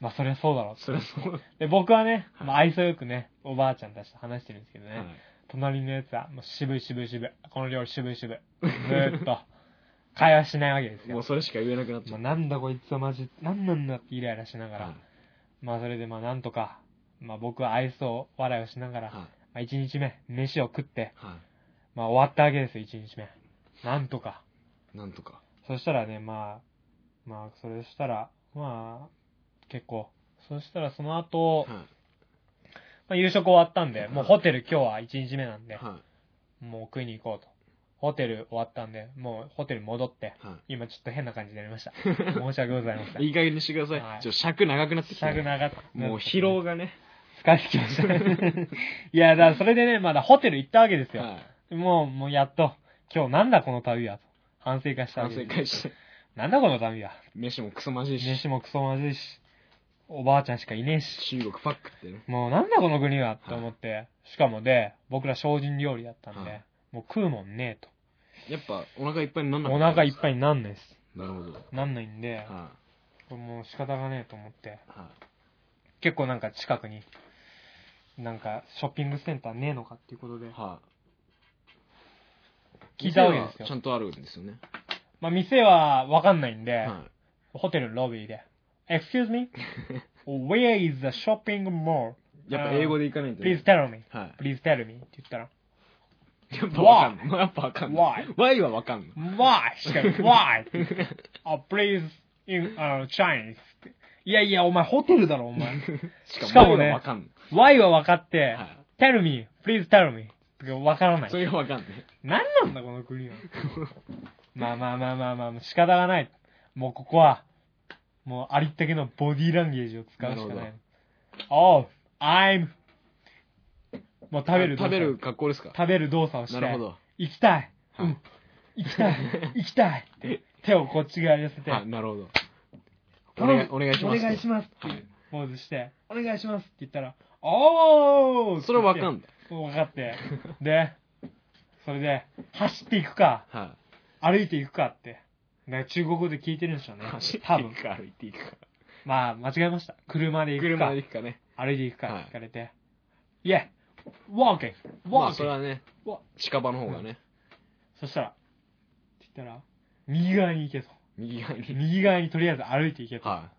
まあ、そりゃそうだろう。そりゃそう。で、僕はね、まあ、愛想よくね、おばあちゃんたちと話してるんですけどね、はい隣のやつは、もう渋い渋い渋い、この料理渋い渋い、ずーっと、会話しないわけですもうよ。それしか言えなくなっちまゃあ、っなんだこいつはマジ、なんなんだってイライラしなたが、からら。まあ、それでまあ、なんとか、まあ、僕は愛想笑いをしながら、はい。まあ、一日目、飯を食って、はまあ、終わったわけですよ、一日目。なんとか。い。なんとか。そしたらね、まあ、まあ、それしたら、まあ、結構。そしたらその後、はまあ、夕食終わったんで、いもうホテル今日は1日目なんい。で、はもう食いに行こうと。ホテル終わったんで、もうホテル戻って、い。は今ちょっと変な感じになりま した。申し訳ございませい。いん。い加減にしてくださ。はいいちょっと尺長くなってきしたね。ゃくなかった。もう疲労。がね。疲れてきました ね。いや、だからそれでね、まだホテル行ったわけですよ。はい。もう、もうやっと、今日なんだこの旅はと。反省化したわ反け省です。会して。なんだこの旅は。飯もクソまじいし。飯もクソまずいし、おばあちゃんしかいねえし、中国パックってね。もうなんだこの国はって思って、しかもで、僕ら精進料理だったんはでい、もう食うもんねえやっぱお腹いっぱいになんと。なかおった腹いっぱいになんないです。なるほど。はい。なんないんで、はい。これもう仕方がねえと思って、結構なんか近くに、なんかショッピングセンターねえのかっていうことで、はい。聞いたわけですよ店はちゃんとあるんですよね。まあ店はわかんないんで、はホテルのロビーで、Excuse me? Where is the shopping mall? い。やっぱ英語で行かないとね Please tell me. はい。 Please tell me. って言ったら、やっぱわかんない。やっぱわかんない。 Why? Why は わかんない。 Why? しか言う Why? あ、please, in, あの、Chinese. っていやいや、お前ホテルだろ、お前。ししかかももねね。わかん Why は分かってない。、は tell me, please tell me. とか分からないい。そ。れがわかんない。何なんだ、この国は。まあまあまあまあまあ、仕方がない。もうここは、もうありったけのボディーランゲージを使うしかななるい。Oh, I'm. もう食べる動食作べる格好ですか。食べる動作をしなて。るほど。行きたい。うはいん。行きたい。 行きたい。手をこっち側に寄せて。はい、なるほど。お頼願いむお願いします。お願いしますってはいポーズして、お願いしますって言ったら、おーそれはわかんない。分かって。で、それで、走っていくか、は歩いていくかって。ね中国語で聞いてるんでしょう い。ね。走って多い分。くか歩いていくか。まあ、間違えました。車で行く車かで、行くかね。歩いていくかはいって聞かれて。いや、walking, まあそれ walking. はねわ、近場の方がね、そしたら、って言ったら、右側に行けと。右側に。右側にとりあえず歩いていけと。は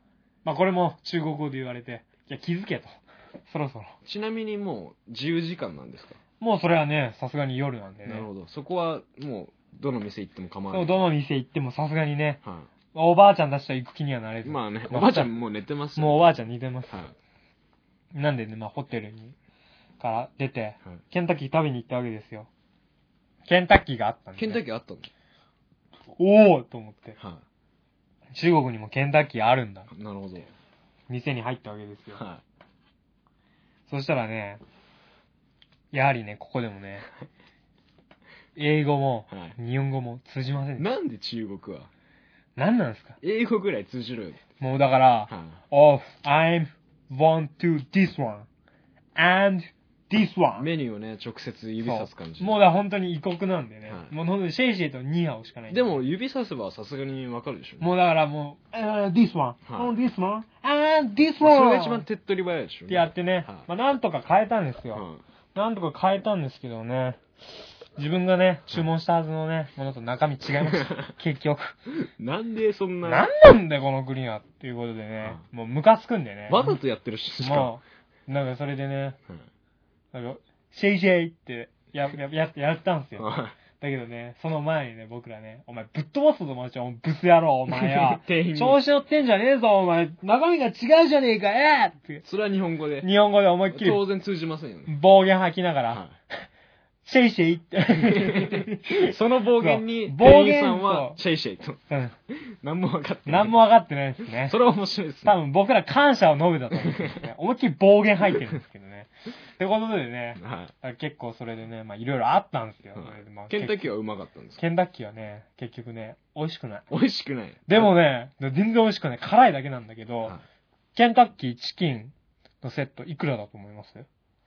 まあ、これも中国語で言われて、いや、気づけと。そろそろ。い。ちなみにもう自由時間なんですか。もうそれはね、さすがに夜なんでねな。るほど。そこはもうどの店行っても構わでもない。どの店行ってもさすがにね、はおばあちゃんたちと行く気にはなれい。ず。まあね、まおばあちゃんもう寝てますよもうおばあちゃん似てます。はい。なんでね、まあホテルに、から出て、はいケンタッキー食べに行ったわけですよ。ケンタッキーがあったんで、ケンタッキーキーあったのおおと思って。は中国にもケンタッキーあるんだ。い。なるほど。店に入ったわけですよ。はそしたらね、やはりね、ここでもね、英語もは、い日本語も通じませんでい。しなんで中国はた。何なんですか英語ぐらい通じろよ。もうだから、は of I'm want to this one and this い。 one メニューをね、直接指さす感じ。そうもうだから本当に異国なんでね、はいもう本当にシェイシェイとニーハオしかないでも指させばさすがにわかるでしょ。もうだからもう、uh, this one、は and this one and this それ one が一番手っ取り早いでしょ、ってやってね、はいまあ、なんとか変えたんですよ、うんなんとか変えたんですけどね自分がね注文したはずのねものと中身違いま した結局なんでそんな。なんなんだよこの国はっていうことでねは、もうムカつくんでねわざとやってるし、しかももうなんかそれでねうん。なんか、シェイシェイってや、や、や、やったんすよ。だけどね、その前にね、僕らね、お前ぶっ飛ばすぞ、友達。お前ブス野郎、お前よ 店員に調子乗ってんじゃねえぞ、お前。中身が違うじゃねえか、えー、って。それは日本語で。日本語で思いっきり当然通じませんよね。暴言吐きながら、はシェイシェイ って。いその暴言に、そう店員さんは暴言と、シェイシェイと。うん。何も分かってない。何も分かってないですねそ。れは面白いです多ね。分僕ら感謝を述べたと思うんです ね。思いっきり暴言吐いてるんですけどね。ってことでね、は結構それでね、まあいろいろあったんですよ。それでまあい。ケンタッキーはうまかったんですかケンタッキーはね、結局ね、美味しくない。美味しくない。でもね、全然美味しくない。辛いだけなんだけど、はケンタッキーチキンのセットいくらだと思います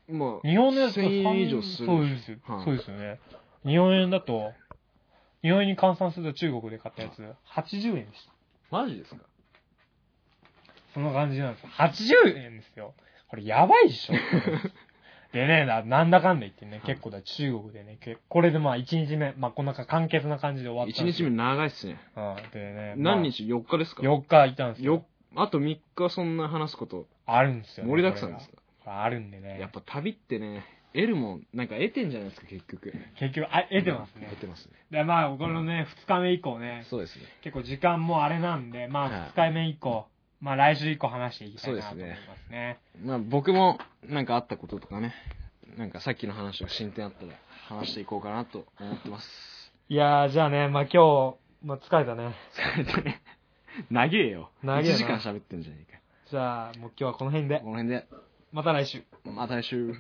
まあ、日本のやつ1000円以上する。そうですよ、はいそうですよね。日本円だと、日本円に換算すると中国で買ったやつ、80円でした。マジですかその感じなんですよ。80円ですよ。これやばいで しょ。でねな、なんだかんだ言ってね、結構だ、中国でね、けこれでまあ1日目、まあこんなか簡潔な感じで終わった一んです日よ。目長いっすね。うん、でね、まあ何日 ?4 日ですか ?4 日いたんですよよ。あと3日そんな話すことあるんですよ、ね。盛りだくさんですかこれがあるんでね。やっぱ旅ってね、得るもん、なんか得てんじゃないですか、結局。結局、あ、得てますね得。てますね。で、まあ、このね、2日目以降ね、そうですね。結構時間もあれなんで、まはあい、 2日目以降、まあ、来週以降話していきたいなとそう思でいすまねすね。まあ僕もなんかあったこととかね、なんかさっきの話が進展あったら話していこうかなと思ってます。いやー、じゃあね、まあ今日、まあ疲れたね。疲れてね。長えよ。 長えな1時間喋ってんじゃねえじゃあ、もう今日はこの辺でか。こ、の辺で、また来週。また来週。